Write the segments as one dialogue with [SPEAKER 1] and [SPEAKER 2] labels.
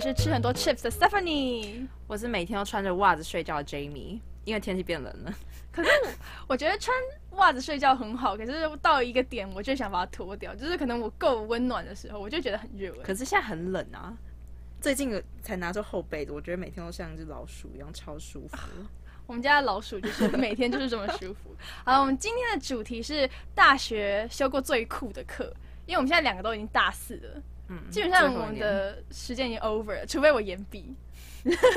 [SPEAKER 1] 是吃很多 chips 的 Stephanie。
[SPEAKER 2] 我是每天都穿着袜子睡觉的 Jamie，因为天气变冷了。
[SPEAKER 1] 可是我我觉得穿袜子睡觉很好，可是到一个点我就想把它脱掉，就是可能我够温暖的时候，我就觉得很热了。
[SPEAKER 2] 可是现在很冷啊，最近才拿出厚被子，我觉得每天都像一只老鼠一样，超舒
[SPEAKER 1] 啊
[SPEAKER 2] 服。
[SPEAKER 1] 我们家的老鼠就是每天就是这么舒 服。好，我们今天的主题是大学修过最酷的课，因为我们现在两个都已经大四了，
[SPEAKER 2] 嗯，
[SPEAKER 1] 基本上
[SPEAKER 2] 最后
[SPEAKER 1] 我
[SPEAKER 2] 一
[SPEAKER 1] 们
[SPEAKER 2] 年
[SPEAKER 1] 的时间已经 over 了，除非我延毕，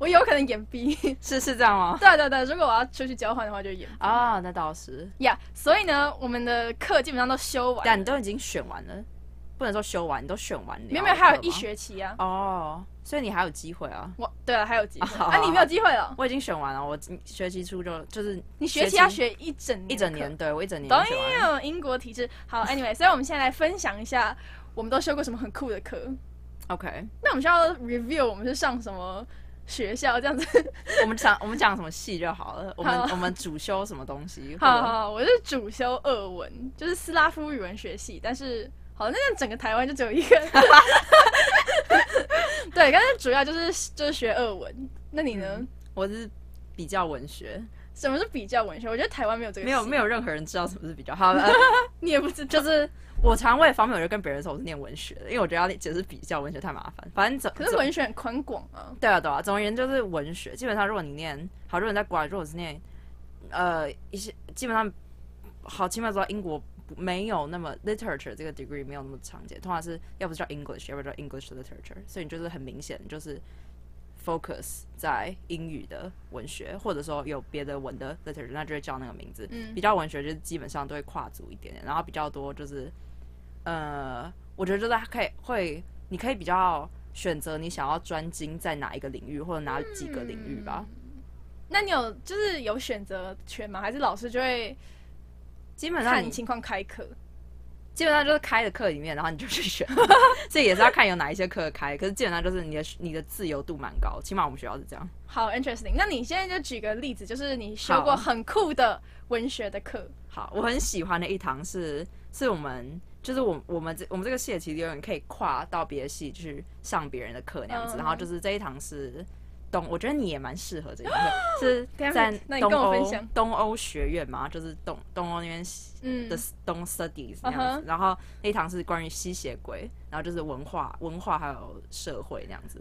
[SPEAKER 1] 我有可能延毕。
[SPEAKER 2] 是是这样吗？
[SPEAKER 1] 对啊对对，如果我要出去交换的话，就延毕。
[SPEAKER 2] 啊，那倒是，
[SPEAKER 1] 呀所以呢，我们的课基本上都修完了，
[SPEAKER 2] 但你都已经选完了，不能说修完，你都选完了。
[SPEAKER 1] 没有没有，还有一
[SPEAKER 2] 你知
[SPEAKER 1] 学期啊。
[SPEAKER 2] 道吗哦，所以你还有机会啊。
[SPEAKER 1] 我对了，还有机会
[SPEAKER 2] 好
[SPEAKER 1] 啊！你没有机会了，
[SPEAKER 2] 我已经选完了，我今学期初就就是
[SPEAKER 1] 你学期要学一整年的
[SPEAKER 2] 一整
[SPEAKER 1] 课
[SPEAKER 2] 年，对我一整年
[SPEAKER 1] 懂
[SPEAKER 2] 选完了。
[SPEAKER 1] 有英国体制。好，Anyway，所以我们现在来分享一下我们都修过什么很酷的课。
[SPEAKER 2] OK，
[SPEAKER 1] 那我们需要 review 我们是上什么学校这样 子。
[SPEAKER 2] 我们讲我们讲什么戏就好了，我们
[SPEAKER 1] 好
[SPEAKER 2] 我们主修什么东西？
[SPEAKER 1] 好好，好，我是主修俄文，就是斯拉夫语文学系，但是。好，那整个台湾就只有一 个，对，但是主要就是就是学俄文。那你呢？
[SPEAKER 2] 我是比较文学，
[SPEAKER 1] 什么是比较文学？我觉得台湾没有这个，
[SPEAKER 2] 没有没
[SPEAKER 1] 有，
[SPEAKER 2] 有任何人知道什么是比较好的。呃
[SPEAKER 1] 你也不知道，
[SPEAKER 2] 就是我常为方面，我就跟别人说我是念文学的，因为我觉得要解释比较文学太麻烦。反正总
[SPEAKER 1] 可是
[SPEAKER 2] 总
[SPEAKER 1] 文学很宽广啊。
[SPEAKER 2] 对啊对啊，总而言之就是文学。基本上如果你念好，如果你在国外，如果是念呃一些基本上好，起码知道英国不没有那么 literature 这个 degree 没有那么常见，通常是要不叫 English，要不叫 English literature，所以你就是很明显你就是 focus 在英语的文学，或者说有别的文的 literature，那就会叫那个名字。
[SPEAKER 1] 嗯
[SPEAKER 2] 比较文学就是基本上都会跨足一点点，然后比较多就是呃，我觉得就是它可以会，你可以比较选择你想要专精在哪一个领域或者哪几个领域吧。
[SPEAKER 1] 嗯那你有就是有选择权吗？还是老师就会
[SPEAKER 2] 基本上
[SPEAKER 1] 看
[SPEAKER 2] 你
[SPEAKER 1] 情况开课？
[SPEAKER 2] 基本上就是开的课里面，然后你就去 选，所以也是要看有哪一些课开。可是基本上就是你的你的自由度蛮高，起码我们学校是这样。
[SPEAKER 1] 好，interesting。那你现在就举个例子，就是你修过
[SPEAKER 2] 好
[SPEAKER 1] 很酷的文学的课，
[SPEAKER 2] 好，我很喜欢的一堂是是我们就是我我们这我们这个系的其实有点可以跨到别的系去上别人的课那样子。
[SPEAKER 1] 嗯
[SPEAKER 2] 然后就是这一堂是东，我觉得你也蛮适合这一堂课， 是
[SPEAKER 1] Damn it，
[SPEAKER 2] 在
[SPEAKER 1] 那你
[SPEAKER 2] 东
[SPEAKER 1] 跟我分
[SPEAKER 2] 欧
[SPEAKER 1] 享
[SPEAKER 2] 东欧学院嘛，就是东东欧那边
[SPEAKER 1] 嗯
[SPEAKER 2] 的，东 studies 那样
[SPEAKER 1] 嗯
[SPEAKER 2] 子
[SPEAKER 1] 哼
[SPEAKER 2] 然后那一堂是关于吸血鬼，然后就是文化、文化还有社会那样子，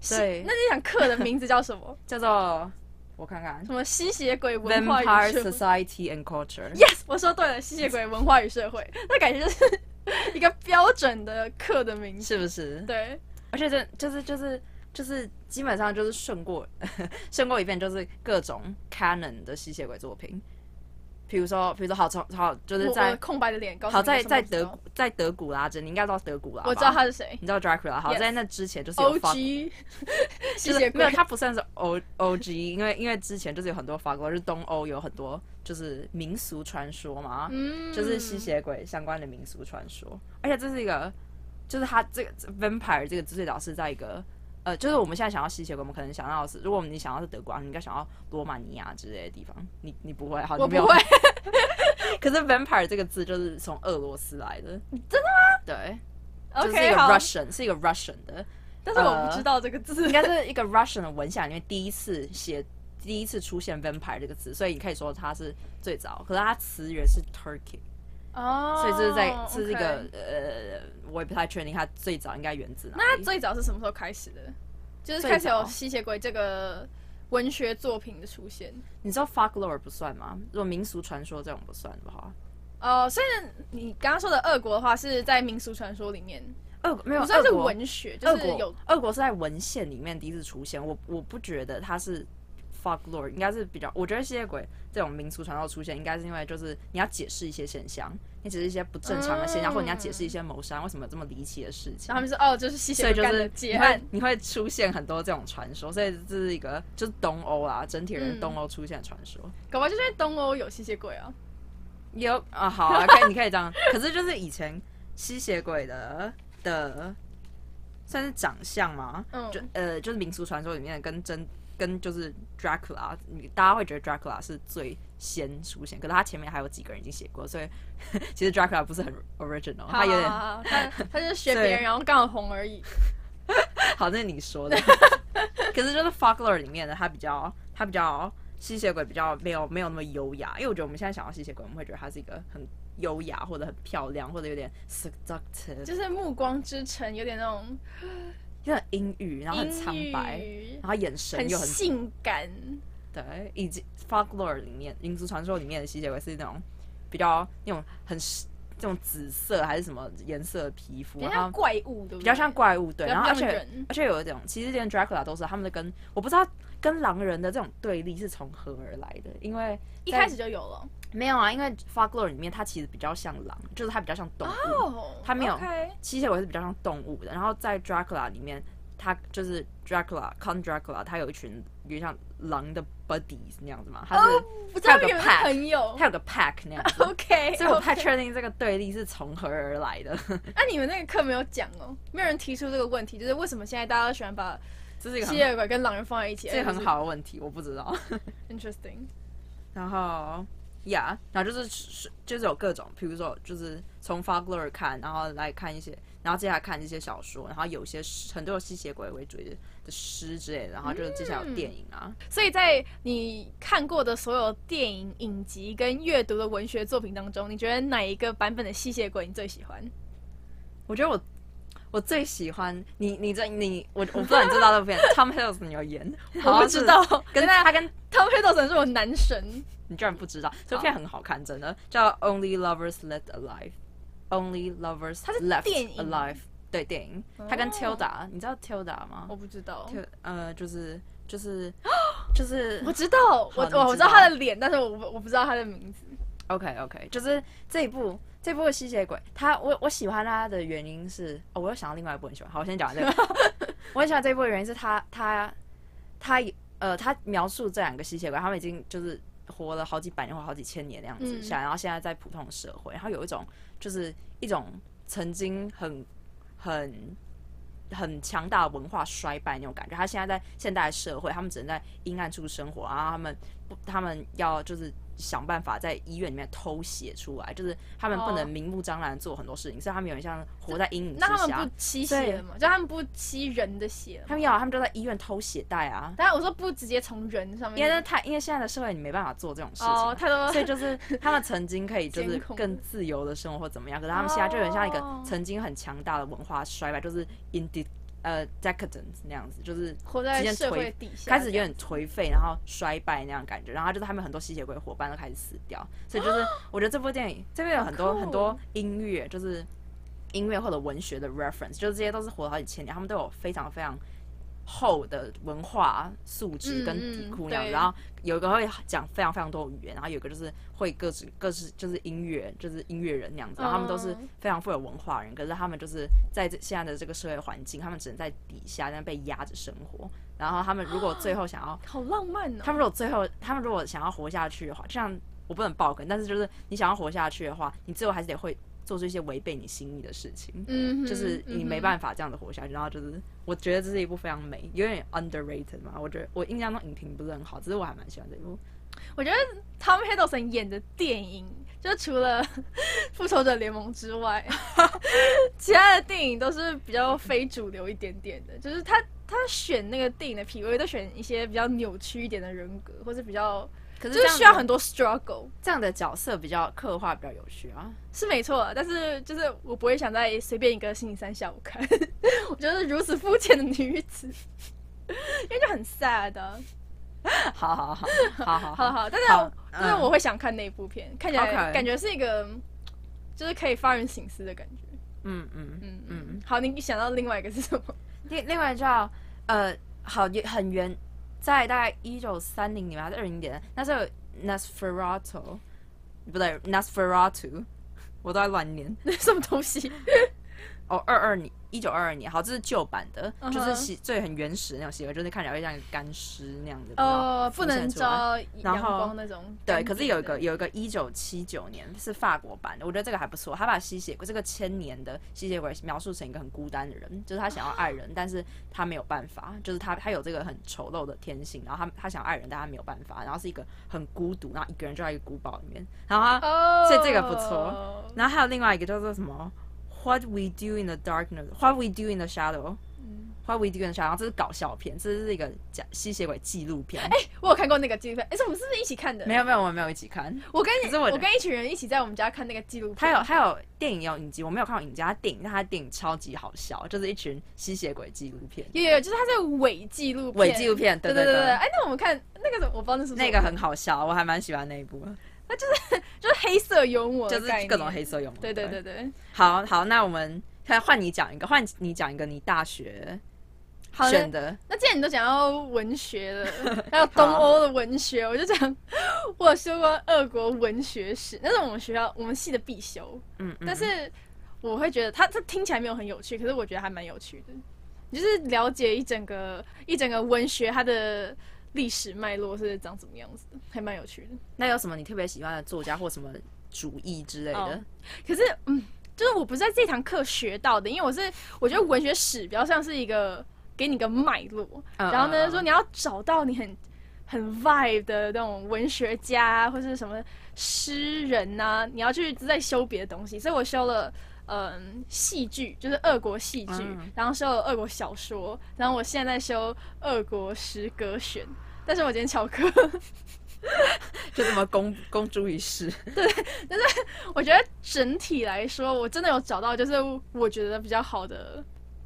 [SPEAKER 1] 吸
[SPEAKER 2] 对
[SPEAKER 1] 那这堂课的名字叫什 么？
[SPEAKER 2] 叫做我看看
[SPEAKER 1] 什么吸血鬼文化与
[SPEAKER 2] Vampire
[SPEAKER 1] 社会
[SPEAKER 2] Society and Culture。
[SPEAKER 1] ？Yes，我说对了，吸血鬼文化与社会， 那感觉就是一个标准的课的名字。
[SPEAKER 2] 是不是？
[SPEAKER 1] 对，
[SPEAKER 2] 而且这就是就是就是基本上就是顺过 顺过一遍，就是各种 canon 的吸血鬼作品，比如说比如说好从好就
[SPEAKER 1] 我
[SPEAKER 2] 是
[SPEAKER 1] 我
[SPEAKER 2] 在
[SPEAKER 1] 空白的脸，告诉
[SPEAKER 2] 好
[SPEAKER 1] 你为
[SPEAKER 2] 在
[SPEAKER 1] 什么
[SPEAKER 2] 在
[SPEAKER 1] 我知道
[SPEAKER 2] 德在德古拉这，你应该知道德古拉吧，
[SPEAKER 1] 我知道他是谁
[SPEAKER 2] 你知道 Dracula 好
[SPEAKER 1] Yes
[SPEAKER 2] 在那之前就是有 fuck
[SPEAKER 1] ，OG 吸
[SPEAKER 2] 就
[SPEAKER 1] 血
[SPEAKER 2] 是没有，
[SPEAKER 1] 鬼。
[SPEAKER 2] 它不算是 O O G，因为因为之前就是有很多法国，就是东欧有很多就是民俗传说嘛，
[SPEAKER 1] 嗯
[SPEAKER 2] 就是吸血鬼相关的民俗传说，而且这是一个，就是它这个这 vampire 这个最早是在一个。呃，就是我们现在想要吸血鬼，我们可能想到的是，如果你想要是德国，啊你应该想要罗马尼亚之类的地方。你你不会，好，
[SPEAKER 1] 我
[SPEAKER 2] 啊你没有
[SPEAKER 1] 不会。
[SPEAKER 2] 可是 vampire 这个字就是从俄罗斯来的，真的吗？对就是
[SPEAKER 1] ，OK，
[SPEAKER 2] 一个
[SPEAKER 1] 好，
[SPEAKER 2] Russian，是一个 Russian 的，
[SPEAKER 1] 但是我不知道这个字
[SPEAKER 2] 应。该是一个 Russian 的文献里面第一次写、第一次出现 vampire 这个词，所以你可以说它是最早。可是它词源是 Turkey，
[SPEAKER 1] 哦，
[SPEAKER 2] 所以这是在这是一
[SPEAKER 1] OK
[SPEAKER 2] 个呃，我也不太确定它最早应该源自哪
[SPEAKER 1] 那它
[SPEAKER 2] 里。
[SPEAKER 1] 最早是什么时候开始的？就是
[SPEAKER 2] 最
[SPEAKER 1] 开始有
[SPEAKER 2] 早
[SPEAKER 1] 吸血鬼这个文学作品的出现。
[SPEAKER 2] 你知道 folklore 不算吗？如果民俗传说这种不算的话，
[SPEAKER 1] 哦，所以你刚刚说的俄国的话是在民俗传说里面，
[SPEAKER 2] 俄哦没有
[SPEAKER 1] 不算
[SPEAKER 2] 俄
[SPEAKER 1] 是
[SPEAKER 2] 国，
[SPEAKER 1] 文学，就
[SPEAKER 2] 俄
[SPEAKER 1] 是有
[SPEAKER 2] 国俄国是在文献里面第一次出现，我我不觉得它是。folklore 应该是比较，我觉得吸血鬼这种民俗传说出现，应该是因为就是你要解释一些现象，你解释一些不正常的现
[SPEAKER 1] 嗯
[SPEAKER 2] 象，或者你要解释一些谋杀为什么这么离奇的事情
[SPEAKER 1] 然后他。们说哦，就是吸
[SPEAKER 2] 所
[SPEAKER 1] 血
[SPEAKER 2] 以
[SPEAKER 1] 鬼
[SPEAKER 2] 就
[SPEAKER 1] 干
[SPEAKER 2] 是
[SPEAKER 1] 的结
[SPEAKER 2] 你会
[SPEAKER 1] 案。
[SPEAKER 2] 你会出现很多这种传说，所以这是一个就是东欧啦，整体人
[SPEAKER 1] 嗯
[SPEAKER 2] 东欧出现的传说。
[SPEAKER 1] 搞不好就是因为东欧有吸血鬼啊。
[SPEAKER 2] 有啊，好啊，可以，你可以这样。 可是就是以前吸血鬼的的算是长相吗？
[SPEAKER 1] 嗯
[SPEAKER 2] 就呃，就是民俗传说里面跟真跟就是 Dracula，你大家会觉得 Dracula 是最先出现，可是他前面还有几个人已经写过，所以 其实 Dracula 不是很 original，他有点
[SPEAKER 1] 好好好好他他就是学别
[SPEAKER 2] 对
[SPEAKER 1] 人，然后刚好红而已。
[SPEAKER 2] 好，那是你 说的。可是就是 Fogler 里面的它比较，它比较吸血鬼比较没有没有那么优雅，因为我觉得我们现在想到吸血鬼，我们会觉得它是一个很优雅或者很漂亮或者有点 seductive，
[SPEAKER 1] 就是暮光之城有点那种
[SPEAKER 2] 就很阴郁，然后很苍白，
[SPEAKER 1] 阴郁
[SPEAKER 2] 然后眼神
[SPEAKER 1] 很
[SPEAKER 2] 又很
[SPEAKER 1] 性感，
[SPEAKER 2] 对，以及《Folklore》里面《民族传说》里面的吸血鬼是那种比较那种很这种紫色还是什么颜色的皮肤，
[SPEAKER 1] 比较
[SPEAKER 2] 然
[SPEAKER 1] 像
[SPEAKER 2] 后
[SPEAKER 1] 怪物，对不对？
[SPEAKER 2] 比较像怪物，对，
[SPEAKER 1] 比较
[SPEAKER 2] 然后
[SPEAKER 1] 不
[SPEAKER 2] 而
[SPEAKER 1] 像
[SPEAKER 2] 且
[SPEAKER 1] 人
[SPEAKER 2] 而且有一种，其实连 Dracula 都是他们的跟我不知道跟狼人的这种对立是从何而来的，因为
[SPEAKER 1] 一
[SPEAKER 2] 在
[SPEAKER 1] 开始就有了
[SPEAKER 2] 没有啊，因为《Folklore》里面它其实比较像狼，就是它比较像动物，
[SPEAKER 1] 哦，
[SPEAKER 2] 它没有
[SPEAKER 1] OK
[SPEAKER 2] 吸血鬼是比较像动物的，然后在 Dracula 里面，他就是 Dracula con Dracula，他有一群有点像狼的 buddies 那样子嘛，他是、
[SPEAKER 1] 哦我知
[SPEAKER 2] 它
[SPEAKER 1] 道
[SPEAKER 2] 有
[SPEAKER 1] 你
[SPEAKER 2] 个
[SPEAKER 1] 们是
[SPEAKER 2] pack
[SPEAKER 1] 朋友
[SPEAKER 2] 他有个 pack 那样子，
[SPEAKER 1] ，OK，
[SPEAKER 2] 所以我不
[SPEAKER 1] OK
[SPEAKER 2] 太确定这个对立是从何而来的，
[SPEAKER 1] 那你们那个课没有讲哦，没有人提出这个问题，就是为什么现在大家都喜欢把
[SPEAKER 2] 这是一个
[SPEAKER 1] 吸
[SPEAKER 2] 很
[SPEAKER 1] 血鬼跟狼人放在一起？
[SPEAKER 2] 这是一个很好的问题，我不知道。
[SPEAKER 1] ，interesting。
[SPEAKER 2] 然后呀然后就是是就是有各种，比如说就是从 Fogler 看，然后来看一些，然后接下来看一些小说，然后有些诗很多有吸血鬼为主的诗之类的，然后就是接下
[SPEAKER 1] 嗯
[SPEAKER 2] 来有电影啊，
[SPEAKER 1] 所以在你看过的所有电影、影集跟阅读的文学作品当中，你觉得哪一个版本的吸血鬼你最喜欢？
[SPEAKER 2] 我觉得我我最喜欢你，你这你我我不知道你知道那部 片，Tom Hiddleston 有演，
[SPEAKER 1] 我不知道，
[SPEAKER 2] 跟他跟
[SPEAKER 1] Tom Hiddleston 是我男神，
[SPEAKER 2] 你居然不知道，这部片很好看，真的叫《Only Lovers Left Alive》，Only Lovers
[SPEAKER 1] 它是
[SPEAKER 2] Left
[SPEAKER 1] 电影
[SPEAKER 2] Alive，对电影，他跟
[SPEAKER 1] 哦
[SPEAKER 2] Tilda，你知道 Tilda 吗
[SPEAKER 1] 我不知道，
[SPEAKER 2] ？Til 呃就是就是 就是
[SPEAKER 1] 我知道，我
[SPEAKER 2] 好你知道
[SPEAKER 1] 我我知道他的脸，但是我不我不知道他的名字。
[SPEAKER 2] OK OK，就是这一部这部的吸血鬼，他我我喜欢他的原因是，哦，我又想到另外一部很喜欢，好，我先讲这个，我很喜欢这一部的原因是他他他呃他描述这两个吸血鬼，他们已经就是活了好几百年或好几千年那样子
[SPEAKER 1] 嗯
[SPEAKER 2] 下来，然后现在在普通社会，然后有一种就是一种曾经很很。很强大的文化衰败那种感觉，他现在在现代社会，他们只能在阴暗处生活，然后他们不，他们要就是想办法在医院里面偷血出来，就是他们不
[SPEAKER 1] 哦
[SPEAKER 2] 能明目张然地做很多事情，所以他们有点像活在阴影之
[SPEAKER 1] 那他
[SPEAKER 2] 下
[SPEAKER 1] 们。不吸血吗？就他们不吸人的血吗？
[SPEAKER 2] 他们要，他们就在医院偷血袋啊，
[SPEAKER 1] 当然我说不直接从人上
[SPEAKER 2] 因
[SPEAKER 1] 面
[SPEAKER 2] 为那太因为现在的社会你没办法做这种事情，
[SPEAKER 1] 嗯
[SPEAKER 2] 啊
[SPEAKER 1] 哦，太多
[SPEAKER 2] 所以就是他们曾经可以就是
[SPEAKER 1] 监控哦
[SPEAKER 2] 更自由的生活或怎么样，可是他们现在就很像一个曾经很强大的文化衰败，就是 in de 呃 decadence 那样子，就是
[SPEAKER 1] 活在
[SPEAKER 2] 直接
[SPEAKER 1] 社
[SPEAKER 2] 推
[SPEAKER 1] 会底下，
[SPEAKER 2] 开始有点颓废，然后衰败那样感觉，然后就是他们很多吸血鬼伙伴都开始死掉，所以就是我觉得这部电影这边有很多
[SPEAKER 1] 啊好酷哦
[SPEAKER 2] 很多音乐，就是音乐或者文学的 reference，就是这些都是活了好几千年，他们都有非常非常厚的文化素质跟底
[SPEAKER 1] 嗯嗯
[SPEAKER 2] 裤那样子，
[SPEAKER 1] 对
[SPEAKER 2] 然后有一个会讲非常非常多语言，然后有一个就是会各式各式就是音乐就是音乐人那样子，然后他们都是
[SPEAKER 1] 嗯
[SPEAKER 2] 非常富有文化的人，可是他们就是在这现在的这个社会环境，他们只能在底下，但被压着生活。然后他们如果最后想要，
[SPEAKER 1] 好浪漫哦。
[SPEAKER 2] 他们如果最后他们如果想要活下去的话，这样我不能爆梗，但是就是你想要活下去的话，你最后还是得会做出一些违背你心意的事情。
[SPEAKER 1] 嗯哼，
[SPEAKER 2] 就是你没
[SPEAKER 1] 法。
[SPEAKER 2] 办法这样子活下去，然后就是我觉得这是一部非常美，有点 underrated 嘛。我觉得我印象中影评不是很好，只是我还蛮喜欢这一部。
[SPEAKER 1] 我觉得 Tom Hiddleston 演的电影，就除了 《复仇者联盟》之外， 其他的电影都是比较非主流一点点的，就是他。他选那个电影的品味，都选一些比较扭曲一点的人格，或者比较
[SPEAKER 2] 可
[SPEAKER 1] 就是
[SPEAKER 2] 这
[SPEAKER 1] 是
[SPEAKER 2] 样
[SPEAKER 1] 需要
[SPEAKER 2] 的
[SPEAKER 1] 很多 struggle，
[SPEAKER 2] 这样的角色比较刻画比较有趣啊。
[SPEAKER 1] 是没错啊。但是就是我不会想在随便一个星期三下午看， 我觉得如此肤浅的女子，因为就很 sad 啊。
[SPEAKER 2] 好好好好好
[SPEAKER 1] 好
[SPEAKER 2] 好，
[SPEAKER 1] 好，但是
[SPEAKER 2] 好
[SPEAKER 1] 我但是
[SPEAKER 2] 嗯
[SPEAKER 1] 我会想看那部片，看起
[SPEAKER 2] OK
[SPEAKER 1] 来感觉是一个就是可以发人省思的感觉。
[SPEAKER 2] 嗯嗯嗯
[SPEAKER 1] 嗯
[SPEAKER 2] 嗯
[SPEAKER 1] 嗯，。好，你想到另外一个是什么？
[SPEAKER 2] 另另外叫呃，好也很远，在大概一九三零年吧还是二零年，那时候有 Nosferatu，不对，Nosferatu，我都在乱念。
[SPEAKER 1] 那是什么东西？
[SPEAKER 2] 哦，二二年，一九二二年，好，这是旧版的
[SPEAKER 1] 嗯哼
[SPEAKER 2] 就是吸最很原始的那种吸血鬼，就是看起来会像干尸那样子。
[SPEAKER 1] 呃，不
[SPEAKER 2] 浮现
[SPEAKER 1] 能
[SPEAKER 2] 出来
[SPEAKER 1] 招
[SPEAKER 2] 然
[SPEAKER 1] 阳
[SPEAKER 2] 后
[SPEAKER 1] 光那种感
[SPEAKER 2] 对，
[SPEAKER 1] 觉的。
[SPEAKER 2] 可是有一个有一个一九七九年是法国版的，我觉得这个还不错。他把吸血鬼这个千年的吸血鬼描述成一个很孤单的人，就是他想要爱人，
[SPEAKER 1] 啊
[SPEAKER 2] 但是他没有办法，就是他他有这个很丑陋的天性，然后他他想爱人，但他没有办法，然后是一个很孤独，然后一个人就在一个古堡里面，然后他，
[SPEAKER 1] 哦，
[SPEAKER 2] 所以这个不错。然后还有另外一个叫做什么？What
[SPEAKER 1] 嗯
[SPEAKER 2] we do in the darkness, What we do in the shadow，坏 We Do 跟小，然后这是搞笑片，这是一个假吸血鬼纪录片。
[SPEAKER 1] 我有看过那个纪录片，哎，是我们是不是一起看的？
[SPEAKER 2] 没有没有，我们没有一起看。
[SPEAKER 1] 我跟
[SPEAKER 2] 可
[SPEAKER 1] 你，
[SPEAKER 2] 是我
[SPEAKER 1] 我跟一群人一起在我们家看那个纪录片，
[SPEAKER 2] 他有他有电影也有影集，我没有看过影集，他电影但他电影超级好笑，就是一群吸血鬼纪录片、
[SPEAKER 1] 有有有，就是他在伪纪录片，
[SPEAKER 2] 伪纪录片，
[SPEAKER 1] 对
[SPEAKER 2] 对
[SPEAKER 1] 对对。哎，那我们看那个怎么，我不知道那是不是
[SPEAKER 2] 那个很好笑，我还蛮喜欢那一部，
[SPEAKER 1] 就是黑色幽默的
[SPEAKER 2] 就
[SPEAKER 1] 概
[SPEAKER 2] 是
[SPEAKER 1] 念，
[SPEAKER 2] 各种黑色幽默。
[SPEAKER 1] 对。对对对对，
[SPEAKER 2] 好好，那我们看换你讲一个，换你讲一个你大学
[SPEAKER 1] 好的
[SPEAKER 2] 选。的，
[SPEAKER 1] 那既然你都讲到文学 了，还有东欧的文学，我就讲，我有修过俄国文学史，那是我们学校我们系的必修，
[SPEAKER 2] 嗯，嗯
[SPEAKER 1] 但是我会觉得它它听起来没有很有趣，可是我觉得还蛮有趣的，你就是了解一整个一整个文学它的历史脉络是长什么样子的，还蛮有趣的。
[SPEAKER 2] 那有什么你特别喜欢的作家或什么主义之类的
[SPEAKER 1] 哦？可是，嗯，就是我不是在这堂课学到的，因为我是我觉得文学史比较像是一个给你个脉络，
[SPEAKER 2] 嗯
[SPEAKER 1] 然后呢
[SPEAKER 2] 嗯嗯
[SPEAKER 1] 说你要找到你很很 vibe 的那种文学家或是什么诗人呐、你要去再修别的东西，所以我修了。嗯，戏剧就是俄国戏剧，
[SPEAKER 2] 嗯
[SPEAKER 1] 然后修了俄国小说，然后我现在在修俄国诗歌选，但是我今天翘课，
[SPEAKER 2] 就这么公 公诸于世。
[SPEAKER 1] 我觉得整体来说，我真的有找到，就是我觉得比较好的，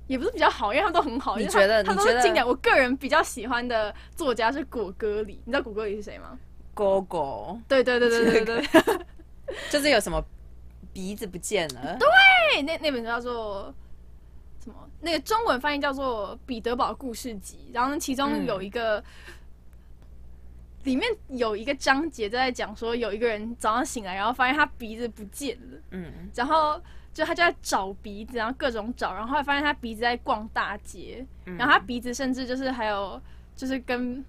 [SPEAKER 1] 也不是比较好，因为他们都很好。
[SPEAKER 2] 你
[SPEAKER 1] 因为他
[SPEAKER 2] 觉得
[SPEAKER 1] 他们都
[SPEAKER 2] 你觉
[SPEAKER 1] 是
[SPEAKER 2] 得
[SPEAKER 1] 经典。我个人比较喜欢的作家是果戈里，你知道果戈里是谁吗？
[SPEAKER 2] 狗狗
[SPEAKER 1] 对对对对对对对。
[SPEAKER 2] 就是有什么鼻子不见了，
[SPEAKER 1] 哎，那那本书叫做什么？那个中文翻译叫做《彼得堡故事集》，然后呢，其中
[SPEAKER 2] 嗯
[SPEAKER 1] 有一个。里面有一个章节在讲说，有一个人早上醒来，然后发现他鼻子不见了，
[SPEAKER 2] 嗯，
[SPEAKER 1] 然后就他就在找鼻子，然后各种找，然后后来发现他鼻子在逛大街，
[SPEAKER 2] 嗯
[SPEAKER 1] 然后他鼻子甚至就是还有就是跟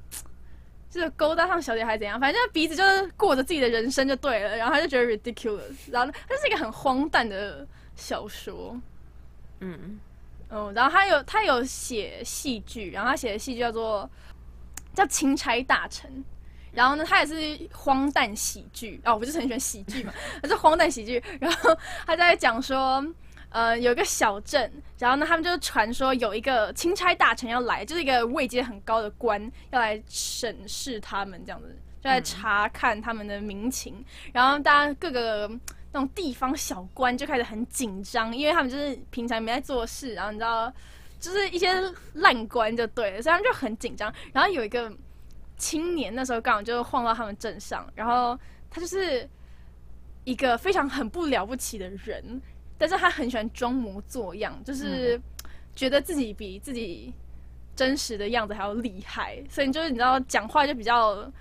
[SPEAKER 1] 就是勾搭上小姐还是怎样，反正就是鼻子就是过着自己的人生就对了，然后他就觉得 ridiculous，然后他是一个很荒诞的小说。
[SPEAKER 2] 嗯，
[SPEAKER 1] 嗯，然后他有他有写戏剧，然后他写的戏剧叫做叫《钦差大臣》，然后呢，他也是荒诞喜剧哦，我不是很喜欢喜剧嘛， 他是荒诞喜剧。然后他在讲说，呃，有一个小镇，然后呢，他们就传说有一个钦差大臣要来，就是一个位阶很高的官要来审视他们这样子，就来查看他们的民情，然后大家各个。那种地方小官就开始很紧张，因为他们就是平常没在做事，然后你知道，就是一些烂官就对了，所以他们就很紧张。然后有一个青年那时候刚好就晃到他们镇上，然后他就是一个非常很不了不起的人，但是他很喜欢装模作样，就是觉得自己比自己真实的样子还要厉害，所以你就是你知道讲话就比较。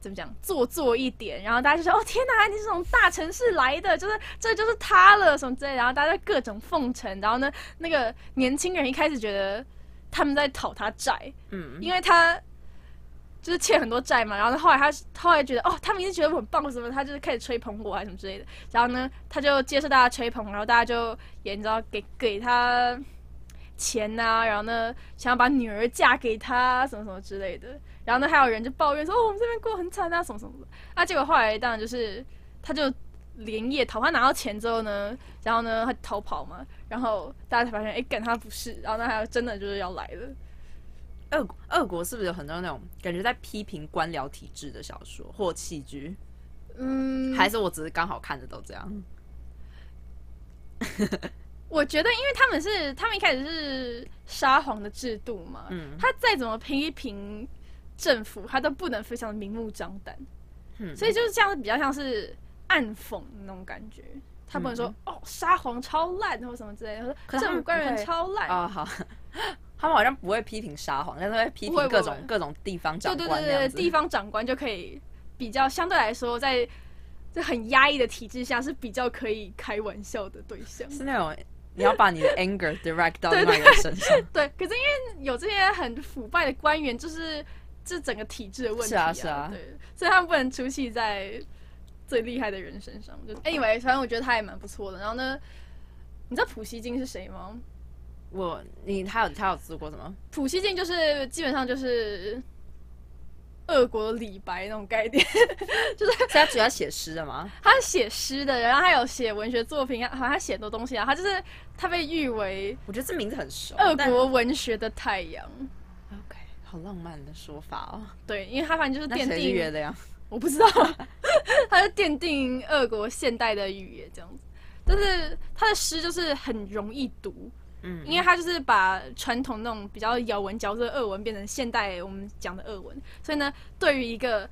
[SPEAKER 1] 怎么讲做作一点，然后大家就说：“哦天哪， 你是从大城市来的，就是这就是他了什么之类的。”然后大家各种奉承，然后呢，那个年轻人一开始觉得他们在讨他债，
[SPEAKER 2] 嗯，
[SPEAKER 1] 因为他就是欠很多债嘛，然后后来他后来觉得哦，他们一直觉得我很棒什么，他就是开始吹捧我啊什么之类的，然后呢，他就接受大家吹捧，然后大家就也你知道给给他钱呐、然后呢想要把女儿嫁给他什么什么之类的，然后呢还有人就抱怨说哦我们这边过得很惨啊什么什么的，啊结果后来当然就是他就连夜逃，他拿到钱之后呢，然后呢他逃跑嘛，然后大家才发现哎干他不是，然后那他真的就是要来了。
[SPEAKER 2] 俄国俄国是不是有很多那种感觉在批评官僚体制的小说或戏剧？
[SPEAKER 1] 嗯，
[SPEAKER 2] 还是我只是刚好看的都这样？
[SPEAKER 1] 我觉得，因为他们是他们一开始是沙皇的制度嘛，
[SPEAKER 2] 嗯
[SPEAKER 1] 他再怎么批评政府，他都不能非常的明目张胆，
[SPEAKER 2] 嗯
[SPEAKER 1] 所以就是这样子比较像是暗讽那种感觉。他不能说、哦沙皇超烂或什么之类的，或者
[SPEAKER 2] 嗯可是他
[SPEAKER 1] 政
[SPEAKER 2] 们
[SPEAKER 1] 府官
[SPEAKER 2] 不
[SPEAKER 1] 员
[SPEAKER 2] 会
[SPEAKER 1] 超烂，
[SPEAKER 2] 哦，好， 他们好像不会批评沙皇，但是会批
[SPEAKER 1] 不会
[SPEAKER 2] 评
[SPEAKER 1] 不会
[SPEAKER 2] 各种各种地方呃长
[SPEAKER 1] 对对对
[SPEAKER 2] 官那
[SPEAKER 1] 对，
[SPEAKER 2] 样子。
[SPEAKER 1] 地方长官就可以比较相对来说在。在很压抑的体制下是比较可以开玩笑的对象，
[SPEAKER 2] 是那种你要把你 的 anger direct 到另外一个人身上。
[SPEAKER 1] 对。可是因为有这些很腐败的官员，就是这整个体制的问题、啊，
[SPEAKER 2] 是啊是啊
[SPEAKER 1] 对，所以他们不能出气在最厉害的人身上。
[SPEAKER 2] 哦
[SPEAKER 1] 就 anyway，反正我觉得他也蛮不错的。然后呢，你知道普希金是谁吗？
[SPEAKER 2] 我你他有他有做过什么？
[SPEAKER 1] 普希金就是基本上就是俄国的李白那种概念。
[SPEAKER 2] 所以他主要写诗的嘛，
[SPEAKER 1] 他是写诗的，然后他有写文学作品，好像他写很多东西啊。他就是他被誉为
[SPEAKER 2] 我觉得这名字很熟。
[SPEAKER 1] 俄
[SPEAKER 2] 但
[SPEAKER 1] 国文学的太阳，
[SPEAKER 2] OK，好浪漫的说法哦。
[SPEAKER 1] 对，因为他反正就是
[SPEAKER 2] 那
[SPEAKER 1] 奠
[SPEAKER 2] 谁是月
[SPEAKER 1] 定，
[SPEAKER 2] 亮？
[SPEAKER 1] 我不知道， 他就奠定俄国现代的语言这样子。但是他的诗就是很容易读，
[SPEAKER 2] 嗯，
[SPEAKER 1] 因为他就是把传统那种比较咬文嚼字的俄文变成现代我们讲的俄文，所以呢，对于一个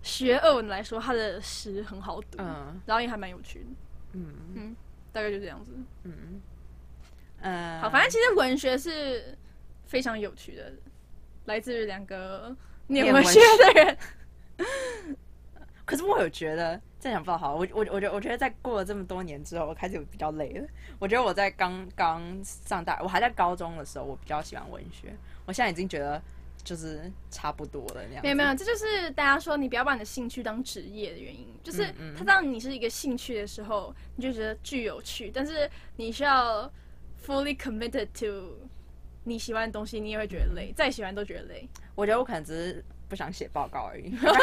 [SPEAKER 1] 学俄文来说，他的诗很好读，
[SPEAKER 2] 嗯
[SPEAKER 1] 然后也还蛮有趣的，
[SPEAKER 2] 嗯
[SPEAKER 1] 大概就这样子。
[SPEAKER 2] 嗯呃，
[SPEAKER 1] 好，反正其实文学是非常有趣的，来自于两个念
[SPEAKER 2] 念
[SPEAKER 1] 文
[SPEAKER 2] 文
[SPEAKER 1] 学的人。
[SPEAKER 2] 可是我有觉得，这样讲不好。我我我觉得，我觉得在过了这么多年之后，我开始比较累了。我觉得我在刚刚上大，我还在高中的时候，我比较喜欢文学。我现在已经觉得就是差不多了那样子。
[SPEAKER 1] 没有没有，这就是大家说你不要把你的兴趣当职业的原因，就是
[SPEAKER 2] 嗯嗯
[SPEAKER 1] 它当你是一个兴趣的时候，你就觉得巨有趣，但是你需要 fully committed to 你喜欢的东西，你也会觉得
[SPEAKER 2] 嗯
[SPEAKER 1] 累，再喜欢都觉得累。
[SPEAKER 2] 我觉得我可能只是不想写报告 而已。
[SPEAKER 1] 如果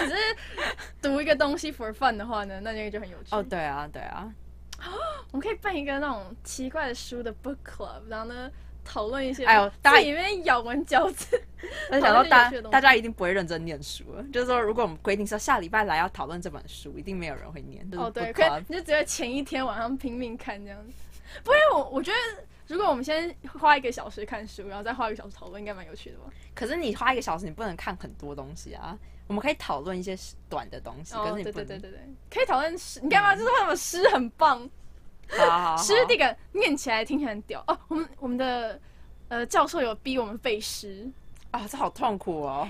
[SPEAKER 1] 你只是读一个东西 for fun 的话呢，那就就很有趣。
[SPEAKER 2] 哦，对啊，对啊，
[SPEAKER 1] 我们可以办一个那种奇怪的书的 book club，然后呢讨论一些，
[SPEAKER 2] 哎呦大家
[SPEAKER 1] 里面咬文嚼字。
[SPEAKER 2] 我就想到大
[SPEAKER 1] 讨论这个有趣的东西
[SPEAKER 2] 大家一定不会认真念书了，就是说，如果我们规定说下礼拜来要讨论这本书，一定没有人会念。就是
[SPEAKER 1] 哦，对，
[SPEAKER 2] book
[SPEAKER 1] 可
[SPEAKER 2] club
[SPEAKER 1] 以你就只有前一天晚上拼命看这样子。不然我我觉得，如果我们先花一个小时看书，然后再花一个小时讨论，应该蛮有趣的吧？
[SPEAKER 2] 可是你花一个小时，你不能看很多东西啊。我们可以讨论一些短的东西，可
[SPEAKER 1] 哦，
[SPEAKER 2] 是你
[SPEAKER 1] 对
[SPEAKER 2] 不
[SPEAKER 1] 对
[SPEAKER 2] 能。
[SPEAKER 1] 对对对，可以讨论诗，你干嘛？就是为什么诗很棒？
[SPEAKER 2] 好好 好好
[SPEAKER 1] 诗这个念起来听起来很屌哦。我们我们的呃教授有逼我们背诗，
[SPEAKER 2] 啊，这好痛苦哦。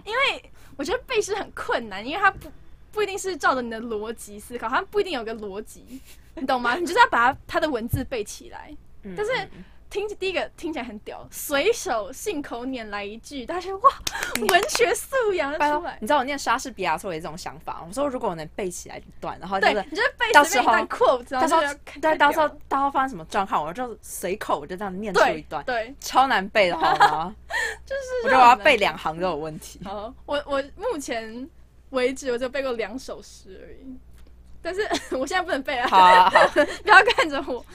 [SPEAKER 1] 我觉得背诗很困难，因为它不不一定是照着你的逻辑思考，它不一定有个逻辑，你懂吗？你就是要把它它的文字背起来。
[SPEAKER 2] 嗯
[SPEAKER 1] 但是
[SPEAKER 2] 嗯嗯
[SPEAKER 1] 听第一个听起来很屌，随手信口拈来一句，大家觉得哇， 文学素养就
[SPEAKER 2] 拜
[SPEAKER 1] 出
[SPEAKER 2] 托
[SPEAKER 1] 来，
[SPEAKER 2] 你。知道我念莎士比亚的时候有这种想法，我说如果我能背起来一段，然后就
[SPEAKER 1] 对
[SPEAKER 2] 是，
[SPEAKER 1] 你就是背
[SPEAKER 2] 到
[SPEAKER 1] 随便
[SPEAKER 2] 时
[SPEAKER 1] 一
[SPEAKER 2] 候
[SPEAKER 1] 段 quote，然
[SPEAKER 2] 到
[SPEAKER 1] 后
[SPEAKER 2] 时
[SPEAKER 1] 就
[SPEAKER 2] 候
[SPEAKER 1] 要看
[SPEAKER 2] 对，到时候
[SPEAKER 1] 太屌
[SPEAKER 2] 到时候发生什么状况，我就随口我就这样念出一
[SPEAKER 1] 对
[SPEAKER 2] 段，
[SPEAKER 1] 对，
[SPEAKER 2] 超难背的好 吗？
[SPEAKER 1] 就是
[SPEAKER 2] 我觉得我要
[SPEAKER 1] 让人
[SPEAKER 2] 背两行都有问题。
[SPEAKER 1] 好，我我目前为止我就背过两首诗而已，但是 我现在不能背了，
[SPEAKER 2] 好啊好啊，
[SPEAKER 1] 不要看着我。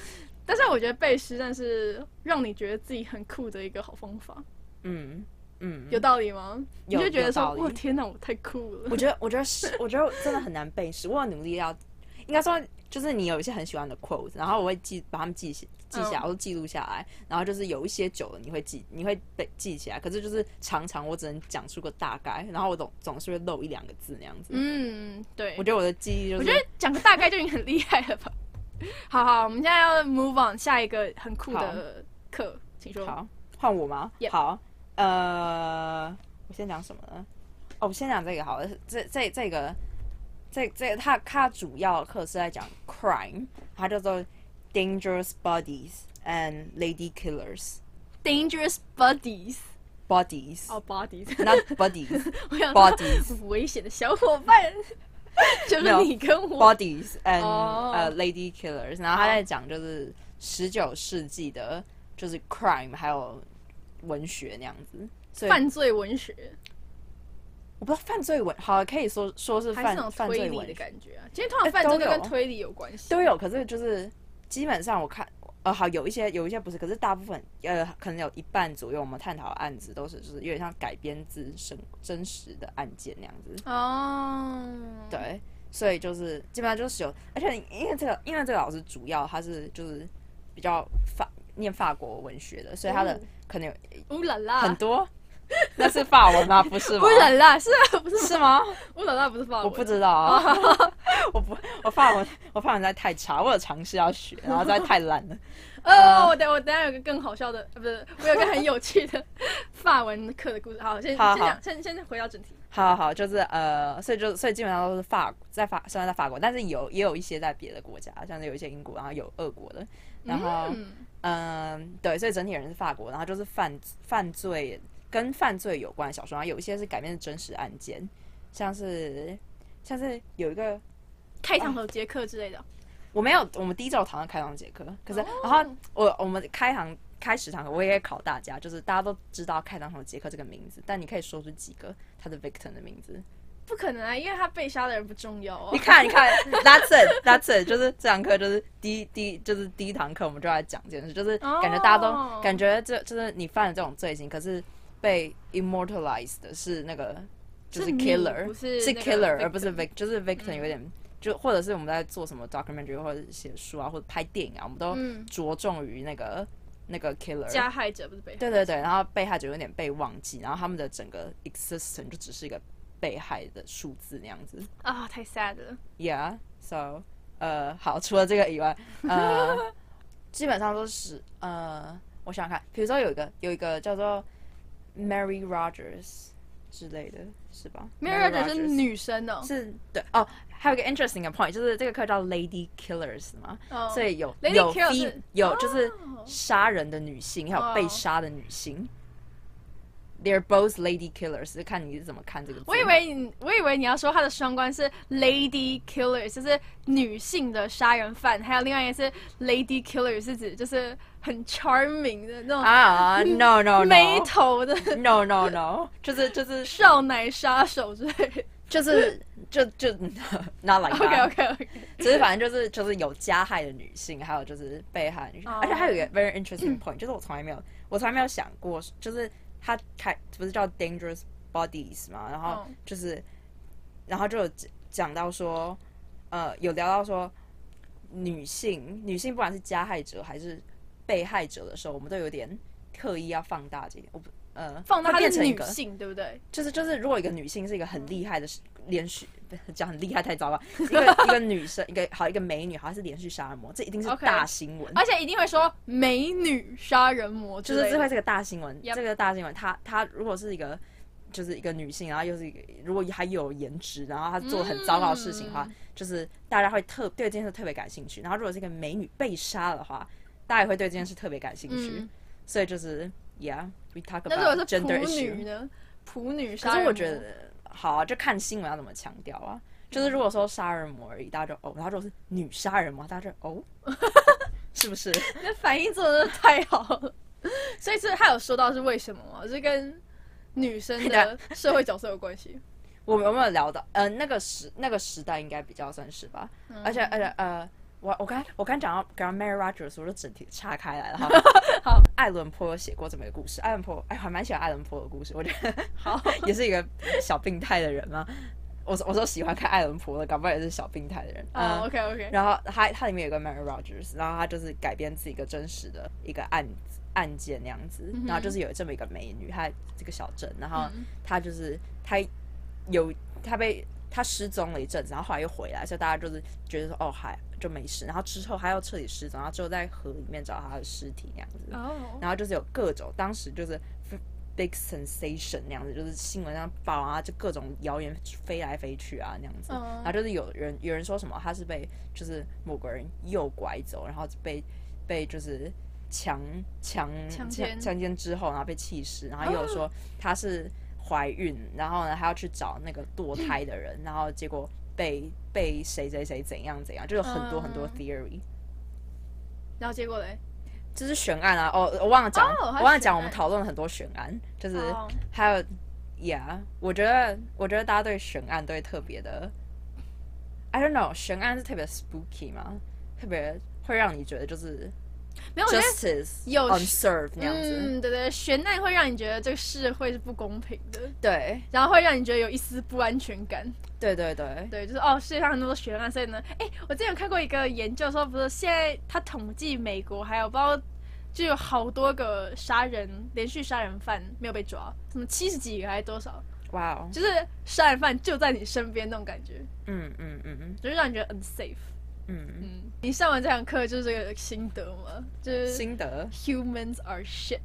[SPEAKER 1] 但是我觉得背诗，但是让你觉得自己很酷的一个好方法，
[SPEAKER 2] 嗯嗯，
[SPEAKER 1] 有道理吗？你
[SPEAKER 2] 有
[SPEAKER 1] 就觉得
[SPEAKER 2] 有
[SPEAKER 1] 说，
[SPEAKER 2] 道理
[SPEAKER 1] 哇，天哪，我太酷了。
[SPEAKER 2] 我觉得，我觉得是，我觉得真的很难背诗。我有努力要，应该说就是你有一些很喜欢的 quote，然后我会记把它们记下记
[SPEAKER 1] 嗯
[SPEAKER 2] 下来，我都记录下来。然后就是有一些久了，你会记，你会背记起来。可是就是常常我只能讲出个大概，然后我总总是会漏一两个字那样子。
[SPEAKER 1] 嗯，对
[SPEAKER 2] 我，觉得我的记忆就
[SPEAKER 1] 我
[SPEAKER 2] 是
[SPEAKER 1] 觉得讲个大概就已经很厉害 了吧。好好，我们现在要 move on 下一个很酷的课，请说。
[SPEAKER 2] 好，换我吗
[SPEAKER 1] Yep
[SPEAKER 2] 好，呃，我先讲什么呢？哦，我先讲这个好了，这这这个，这这它它主要课是在讲 crime，它叫做 dangerous bodies and lady killers
[SPEAKER 1] Dangerous bodies，
[SPEAKER 2] bodies，、
[SPEAKER 1] 哦、bodies，
[SPEAKER 2] not bodies
[SPEAKER 1] 我想说
[SPEAKER 2] bodies
[SPEAKER 1] 危险的小伙 伴，就是你跟我。
[SPEAKER 2] bodies and
[SPEAKER 1] 哦
[SPEAKER 2] 呃、lady killers，然后他在讲就是十九世纪的，就是 crime 还有文学那样子。所以
[SPEAKER 1] 犯罪文学
[SPEAKER 2] 我不知道犯罪文，好可以说说是
[SPEAKER 1] 还是
[SPEAKER 2] 犯
[SPEAKER 1] 那种
[SPEAKER 2] 犯
[SPEAKER 1] 推
[SPEAKER 2] 罪
[SPEAKER 1] 理
[SPEAKER 2] 文
[SPEAKER 1] 的
[SPEAKER 2] 学
[SPEAKER 1] 感觉啊？其实通常
[SPEAKER 2] 哎
[SPEAKER 1] 犯罪都
[SPEAKER 2] 都有
[SPEAKER 1] 跟推理有关系。
[SPEAKER 2] 都有，可是就是基本上我看，呃，好有一些有一些不是，可是大部分呃，可能有一半左右我们探讨的案子都是就是有点像改编自真真实的案件那样子，
[SPEAKER 1] 哦，，
[SPEAKER 2] 对，所以就是基本上就是有，而且因为这个因为这个老师主要他是就是比较法念法国文学的，所以他的
[SPEAKER 1] 哦啊
[SPEAKER 2] 可能有
[SPEAKER 1] 乌啦
[SPEAKER 2] 很
[SPEAKER 1] 啦，
[SPEAKER 2] 多， 那是法文吗？不是吗
[SPEAKER 1] 乌？啦啦是啊，不是
[SPEAKER 2] 是吗？
[SPEAKER 1] 乌啦啦不是法
[SPEAKER 2] 我
[SPEAKER 1] 文，
[SPEAKER 2] 不知道啊， 我不，我法文，我法文实在太差，我有尝试要学，然后实在太烂了。
[SPEAKER 1] 呃，我等我等一下有个更好笑的，呃，不是，我有个很有趣 的法文课的故事。好，先
[SPEAKER 2] 好
[SPEAKER 1] 先讲，
[SPEAKER 2] 好
[SPEAKER 1] 先先回到正题。
[SPEAKER 2] 好好，就是呃，所以就所以基本上都是法在法虽然在法国，但是有也有一些在别的国家，像是有一些英国，然后有俄国的，然后
[SPEAKER 1] 嗯，
[SPEAKER 2] 嗯、对，所以整体人是法国，然后就是犯犯罪跟犯罪有关的小说，然后有一些是改编自真实案件，像是像是有一个
[SPEAKER 1] 开膛手
[SPEAKER 2] 哦
[SPEAKER 1] 杰克之类的。
[SPEAKER 2] 我没有，我们第一周有讨论开膛杰克，可是、然后我我们开膛开十堂课，我也考大家，就是大家都知道开膛手杰克这个名字，但你可以说出几个他的 victim 的名字。
[SPEAKER 1] 不可能啊，因为他被杀的人不重要哦
[SPEAKER 2] 你。看，你看，That's it，That's it，就是这堂课就是第一第一就是第一堂课，我们就来讲这件事，就是
[SPEAKER 1] 哦
[SPEAKER 2] 感觉大家都、感觉这就是你犯了这种罪行，可是被 immortalized 的是那个就是是
[SPEAKER 1] 你
[SPEAKER 2] killer，
[SPEAKER 1] 不是那个
[SPEAKER 2] killer，而
[SPEAKER 1] victim 嗯
[SPEAKER 2] 不是 vic，就是 victim 有点、就或者是我们在做什么 documentary 或者写书啊，或者拍电影啊，我们都
[SPEAKER 1] 嗯
[SPEAKER 2] 着重于那个、那个 killer
[SPEAKER 1] 加害者不是被害
[SPEAKER 2] 对对对，然后被害者有点被忘记，然后他们的整个 existence 就只是一个被害的数字那样子。
[SPEAKER 1] 啊，太 sad 了。
[SPEAKER 2] Yeah, so 呃，好，除了这个以外， 呃，基本上都是呃，我想想看，比如说有一个有一个叫做 Mary Rogers 之类的是吧
[SPEAKER 1] Mirror 只是女生哦，
[SPEAKER 2] 是对哦，还有一个 interesting 的 point 就是这个课叫 Lady Killers 嘛，
[SPEAKER 1] 哦
[SPEAKER 2] 所以有
[SPEAKER 1] Lady
[SPEAKER 2] 有
[SPEAKER 1] Killer
[SPEAKER 2] 非
[SPEAKER 1] 是
[SPEAKER 2] 有就是
[SPEAKER 1] 哦
[SPEAKER 2] 杀人的女性，还有被
[SPEAKER 1] 哦
[SPEAKER 2] 杀的女性。They're both lady killers，就看你是怎么看这个字。
[SPEAKER 1] 我以为你，我以为你要说它的双关是 lady killer，就是女性的杀人犯，还有另外一个是 lady killer，是指就是很 charming 的那
[SPEAKER 2] 啊，no no no，
[SPEAKER 1] 种眉头的
[SPEAKER 2] no no no，就是就是
[SPEAKER 1] 少奶杀手之类的。
[SPEAKER 2] 就是就就 not like
[SPEAKER 1] OK
[SPEAKER 2] that，
[SPEAKER 1] OK OK，
[SPEAKER 2] 只是反正就是就是有加害的女性，还有就是被害的女性，
[SPEAKER 1] 哦嗯
[SPEAKER 2] 而且还有一个 very interesting point，就是我从来没有我从来没有想过，就是他开不是叫 dangerous bodies 嘛，然后
[SPEAKER 1] 嗯
[SPEAKER 2] 就是然后就有讲到说，呃，有聊到说女性女性不管是加害者还是被害者的时候，我们都有点刻意要放大这一点，我不呃
[SPEAKER 1] 放到
[SPEAKER 2] 会
[SPEAKER 1] 她
[SPEAKER 2] 变
[SPEAKER 1] 是
[SPEAKER 2] 成一
[SPEAKER 1] 女
[SPEAKER 2] 个。
[SPEAKER 1] 性，对不对？
[SPEAKER 2] 就是就是，如果一个女性是一个很厉害的连续，不是讲很厉害太糟了，一个一个女生，一个好一个美女，好像是连续杀人魔，这一定是
[SPEAKER 1] OK
[SPEAKER 2] 大新闻。
[SPEAKER 1] 而且一定会说美女杀人魔之
[SPEAKER 2] 就
[SPEAKER 1] 类
[SPEAKER 2] 是
[SPEAKER 1] 的，
[SPEAKER 2] 这会是个大新闻，
[SPEAKER 1] Yep
[SPEAKER 2] 这个大新闻，她她如果是一个就是一个女性，然后又是一个如果还有颜值，然后她做很糟糕的事情的话，
[SPEAKER 1] 嗯
[SPEAKER 2] 就是大家会特对这件事特别感兴趣。然后如果是一个美女被杀了的话，大家也会对这件事特别感兴趣。
[SPEAKER 1] 嗯
[SPEAKER 2] 所以就是，yeah，we talk
[SPEAKER 1] 那如果
[SPEAKER 2] about
[SPEAKER 1] 是
[SPEAKER 2] gender
[SPEAKER 1] 普
[SPEAKER 2] issue
[SPEAKER 1] 女。呢？普女
[SPEAKER 2] 可
[SPEAKER 1] 杀人
[SPEAKER 2] 是
[SPEAKER 1] 魔，嗯
[SPEAKER 2] 我觉得，好啊，就看新闻要怎么强调啊。就是如果说杀人魔而已，大家就哦；然后如果是女杀人魔，大家就 哦，是不是？
[SPEAKER 1] 你的反应做的太好了。所以这他有说到是为什么吗？是跟女生 的社会角色有关系。
[SPEAKER 2] 我们有没有聊到？呃，那个时那个时代应该比较算是吧。
[SPEAKER 1] 嗯
[SPEAKER 2] 而且而且呃，我我刚才我刚讲到讲到 Mary Rogers，我就整体岔开来了哈。
[SPEAKER 1] 好，
[SPEAKER 2] 艾伦坡有写过这么一个故事，艾伦坡哎，我还蛮喜欢艾伦坡的故事，我觉得
[SPEAKER 1] 好，
[SPEAKER 2] 也是一个小病态的人嘛。我说我说喜欢看艾伦坡的，搞不好也是小病态的人。嗯
[SPEAKER 1] 哦，OK OK，
[SPEAKER 2] 然后它它里面有个 Mary Rogers，然后它就是改编自一个真实的一个案子案件那样子，
[SPEAKER 1] 嗯哼
[SPEAKER 2] 然后就是有这么一个美女，她这个小镇，然后
[SPEAKER 1] 嗯
[SPEAKER 2] 她就是她有她被她失踪了一阵子，然后后来又回来，所以大家就是觉得说哦还就没事，然后之后她又彻底失踪，然后之后在河里面找她的尸体那样子，
[SPEAKER 1] 哦，
[SPEAKER 2] 然后就是有各种，当时就是 f- big sensation 那样子，就是新闻上报啊，就各种谣言飞来飞去啊那样子。
[SPEAKER 1] 嗯
[SPEAKER 2] 然后就是有人有人说什么他是被就是某个人诱拐走，然后被被就是强强
[SPEAKER 1] 强奸啊
[SPEAKER 2] 强奸之后，然后被弃尸，然后又有说她是怀孕，然后呢还要去找那个堕胎的人，然后结果被被谁谁谁怎样怎样，就有很多很多
[SPEAKER 1] 嗯
[SPEAKER 2] theory。
[SPEAKER 1] 然后结果嘞，
[SPEAKER 2] 这是悬案啊！哦，我忘了讲
[SPEAKER 1] 哦还
[SPEAKER 2] 我
[SPEAKER 1] 有
[SPEAKER 2] 忘了讲，
[SPEAKER 1] 悬
[SPEAKER 2] 我们
[SPEAKER 1] 案
[SPEAKER 2] 讨论了很多悬案，就是、
[SPEAKER 1] 哦
[SPEAKER 2] 还有，Yeah，我觉得我觉得大家对悬案都会特别的，I don't know，悬案是特别 spooky 吗？特别会让你觉得就是
[SPEAKER 1] 没有，我觉得
[SPEAKER 2] justice
[SPEAKER 1] 有
[SPEAKER 2] unserved 那样子，
[SPEAKER 1] 嗯，对对，悬案会让你觉得这个社会是不公平的，
[SPEAKER 2] 对
[SPEAKER 1] 然后会让你觉得有一丝不安全感。
[SPEAKER 2] 对对对，
[SPEAKER 1] 对，就是哦，世界上很多悬案，所以呢，哎，我之前有看过一个研究说，不是现在他统计美国还有不知道，就有好多个杀人连续杀人犯没有被抓，什么七十几个还是多少，
[SPEAKER 2] 哇哦，
[SPEAKER 1] 就是杀人犯就在你身边那种感觉，
[SPEAKER 2] 嗯嗯嗯
[SPEAKER 1] 就是让你觉得 unsafe。
[SPEAKER 2] 嗯
[SPEAKER 1] 嗯，你上完这堂课就是这个心得吗？就
[SPEAKER 2] 嗯，
[SPEAKER 1] 是
[SPEAKER 2] 心得，
[SPEAKER 1] humans are shit。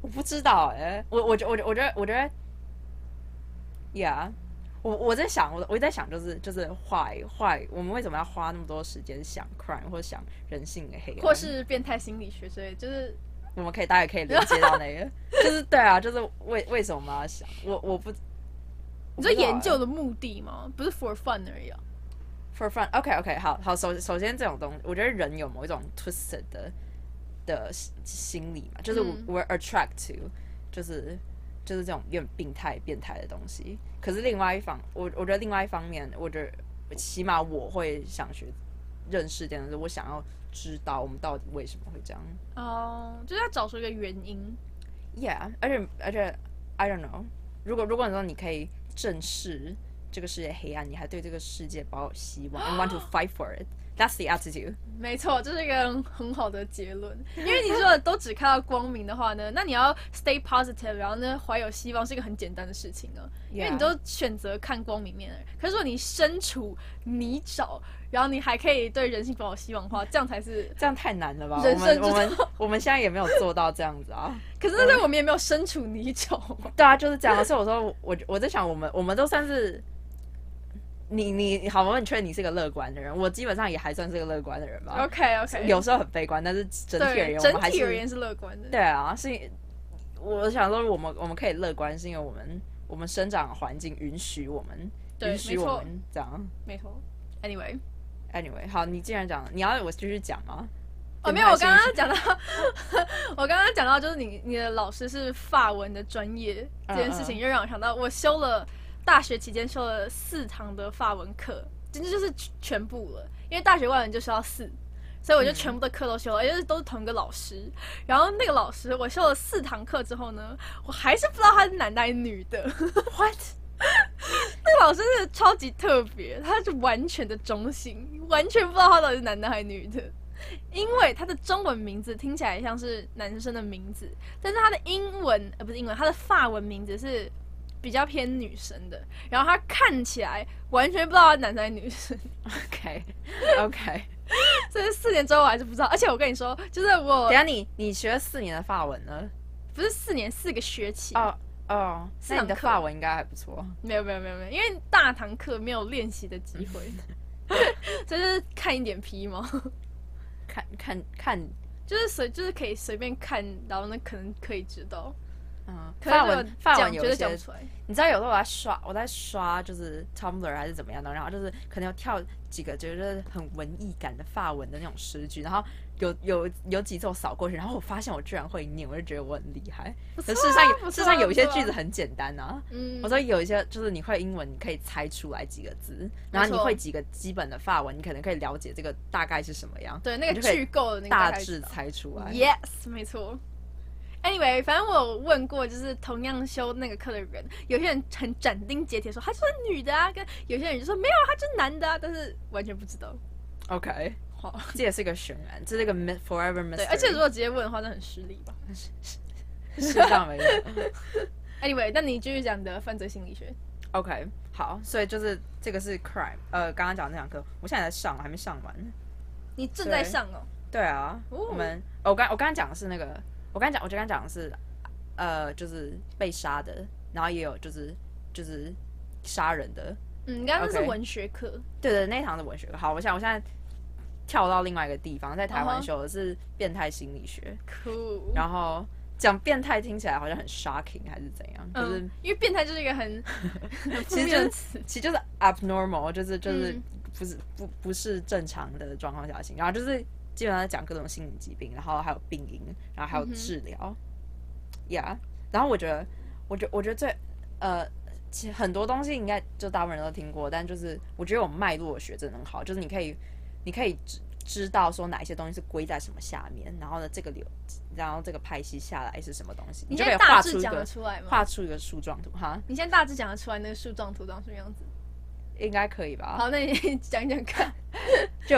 [SPEAKER 2] 我不知道哎、我我觉我觉我觉得我觉得，Yeah。我我在想，我我在想，就是就是坏坏，我们为什么要花那么多时间想 crime 或想人性的黑暗？
[SPEAKER 1] 或是变态心理学之类，就是
[SPEAKER 2] 我们可以大家也可以连接到 那个，就是对啊，就是为为什么要想我我不，
[SPEAKER 1] 你
[SPEAKER 2] 我不
[SPEAKER 1] 说
[SPEAKER 2] 知道
[SPEAKER 1] 研
[SPEAKER 2] 欸
[SPEAKER 1] 究的目的吗？不是 for fun 而已啊。
[SPEAKER 2] for fun。OK OK，好好，首首先这种东西，我觉得人有某一种 twisted 的的心心理嘛，就是我
[SPEAKER 1] 嗯
[SPEAKER 2] 我 attract to，就是就是这种有点病态变态的东西。可是另外一方，我我觉得另外一方面，我觉得起码我会想学认识这样子，我想要知道我们到底为什么会这样。
[SPEAKER 1] 哦，就是要找出一个原因。
[SPEAKER 2] Yeah，而且而且，I don't know，如果如果你说你可以正视这个世界黑暗，你还对这个世界抱有希望，and want to fight for it，that's the attitude。
[SPEAKER 1] 没错，这是一个很好的结论。因为你说的都只看到光明的话呢， 那你要 stay positive，然后呢怀有希望是一个很简单的事情呢。啊因为你都选择看光明面的人，可是如果你身处泥沼，然后你还可以对人性抱有希望的话，这样才是。
[SPEAKER 2] 这样太难了吧？我
[SPEAKER 1] 人
[SPEAKER 2] 们
[SPEAKER 1] 生
[SPEAKER 2] 我
[SPEAKER 1] 之
[SPEAKER 2] 们我们现在也没有做到这样子啊。
[SPEAKER 1] 可是那对我们也没有身处泥 沼嘛。
[SPEAKER 2] 对啊，就是这样啊。所以我说我我我在想，我们我们都算是。你你好，我很确认你是个乐观的人，我基本上也还算是个乐观的人吧。
[SPEAKER 1] OK OK，
[SPEAKER 2] 啊有时候很悲观，但是整体而
[SPEAKER 1] 对
[SPEAKER 2] 言，我
[SPEAKER 1] 整
[SPEAKER 2] 们还
[SPEAKER 1] 体
[SPEAKER 2] 是
[SPEAKER 1] 而言是乐观的。
[SPEAKER 2] 对啊，是因，我想说我们我们可以乐观，是因为我们我们生长环境允许我们，
[SPEAKER 1] 对
[SPEAKER 2] 允许
[SPEAKER 1] 没错
[SPEAKER 2] 我们这样。
[SPEAKER 1] 没错。Anyway，
[SPEAKER 2] Anyway，好，你既然讲，你要我继续讲吗？
[SPEAKER 1] 哦，没有，我刚刚讲到， 我刚刚讲到就是你你的老师是法文的专业这件事情，又让我想到我修了大学期间修了四堂的法文课，真的就是全全部了，因为大学外文就修到四。所以我就全部的课都修了，因为都是同一个老师。然后那个老师，我修了四堂课之后呢，我还是不知道他是男的还是女的。
[SPEAKER 2] what？
[SPEAKER 1] 那个老师真的超级特别，他是完全的中性，完全不知道他到底是男的还是女的，因为他的中文名字听起来像是男生的名字，但是他的英文呃不是英文，他的法文名字是比较偏女生的，然后他看起来完全不知道他是男生还是女生，
[SPEAKER 2] OK OK，
[SPEAKER 1] 所以四年之后我还是不知道。而且我跟你说，就是我
[SPEAKER 2] 等一下你你学了四年的法文呢？
[SPEAKER 1] 不是四年四个学期，
[SPEAKER 2] 哦哦，
[SPEAKER 1] 四
[SPEAKER 2] 那你的
[SPEAKER 1] 堂课
[SPEAKER 2] 法文应该还不错。
[SPEAKER 1] 没有没有没有没有，因为大堂课没有练习的机会，所以就是看一点皮毛。
[SPEAKER 2] 看看看，
[SPEAKER 1] 就是随就是可以随便看，然后呢可能可以知道，
[SPEAKER 2] 嗯，
[SPEAKER 1] 可是
[SPEAKER 2] 法
[SPEAKER 1] 如果
[SPEAKER 2] 文法
[SPEAKER 1] 讲
[SPEAKER 2] 文
[SPEAKER 1] 绝
[SPEAKER 2] 有一
[SPEAKER 1] 对讲不
[SPEAKER 2] 些
[SPEAKER 1] 出来。
[SPEAKER 2] 你知道有时候我在刷，我在刷就是 Tumblr 还是怎么样的，然后就是可能有跳几个觉得很文艺感的法文的那种诗句，然后有有有几首扫过去，然后我发现我居然会念，我就觉得我很厉 害。可是事实上有，
[SPEAKER 1] 不错啊
[SPEAKER 2] 事实上有一些
[SPEAKER 1] 不错啊
[SPEAKER 2] 句子很简单啊。
[SPEAKER 1] 嗯，
[SPEAKER 2] 我说有一些就是你会英文，你可以猜出来几个字，然后你
[SPEAKER 1] 没错
[SPEAKER 2] 会几个基本的法文，你可能可以了解这个大概是什么样，
[SPEAKER 1] 对那
[SPEAKER 2] 你
[SPEAKER 1] 个
[SPEAKER 2] 就可以
[SPEAKER 1] 句构的那个
[SPEAKER 2] 大
[SPEAKER 1] 嗯概
[SPEAKER 2] 致
[SPEAKER 1] 知道
[SPEAKER 2] 猜出来。
[SPEAKER 1] Yes，没错。Anyway，反正我有问过，就是同样修那个课的人，有些人很斩钉截铁说他就是女的啊，跟有些人就说没有，他就是男的啊，但是完全不知道。
[SPEAKER 2] OK，
[SPEAKER 1] 好，
[SPEAKER 2] 这也是个悬案，这是一个 mi- forever mystery。
[SPEAKER 1] 对，而且如果直接问的话，那很失礼吧。
[SPEAKER 2] 是这样没有。
[SPEAKER 1] Anyway，那你继续讲你的犯罪心理学。
[SPEAKER 2] OK，好，所以就是这个是 crime，呃，刚刚讲的那堂课，我现在在上，我还没上完。
[SPEAKER 1] 你正在
[SPEAKER 2] 对
[SPEAKER 1] 上哦，
[SPEAKER 2] 对啊，
[SPEAKER 1] 哦
[SPEAKER 2] 我们，哦我刚我刚刚讲的是那个，我刚刚讲，我刚刚讲的是，呃，就是被杀的，然后也有就是就是杀人的，
[SPEAKER 1] 嗯，你刚刚那是
[SPEAKER 2] OK
[SPEAKER 1] 文学课，
[SPEAKER 2] 对对，那一堂的文学课。好，我想我现在跳到另外一个地方，在台
[SPEAKER 1] 嗯
[SPEAKER 2] 湾
[SPEAKER 1] 哼
[SPEAKER 2] 修的是变态心理学，
[SPEAKER 1] 酷。
[SPEAKER 2] 然后讲变态听起来好像很 shocking 还是怎样，可是、
[SPEAKER 1] 嗯，因为变态就是一个 很很负面的词。
[SPEAKER 2] 其实就是 abnormal，就是就是
[SPEAKER 1] 嗯
[SPEAKER 2] 不是、不不是正常的状况下行，然后就是基本上在讲各种心理疾病，然后还有病因，然后还有
[SPEAKER 1] 嗯哼
[SPEAKER 2] 治疗、呀。yeah。然后我觉得，我觉我觉得最呃，其实很多东西应该就大部分人都听过，但就是我觉得我脉络学真的很好，就是你可以你可以知知道说哪一些东西是归在什么下面，然后呢这个流，然后这个派系下来是什么东西，你
[SPEAKER 1] 你
[SPEAKER 2] 就
[SPEAKER 1] 现
[SPEAKER 2] 可以
[SPEAKER 1] 在
[SPEAKER 2] 画
[SPEAKER 1] 大
[SPEAKER 2] 出
[SPEAKER 1] 致
[SPEAKER 2] 一
[SPEAKER 1] 讲得
[SPEAKER 2] 个
[SPEAKER 1] 出来吗？
[SPEAKER 2] 画出一个树状图哈，
[SPEAKER 1] 你现在大致讲得出来那个树状图长什么样子？
[SPEAKER 2] 应该可以吧？
[SPEAKER 1] 好，那你讲讲 看。
[SPEAKER 2] 就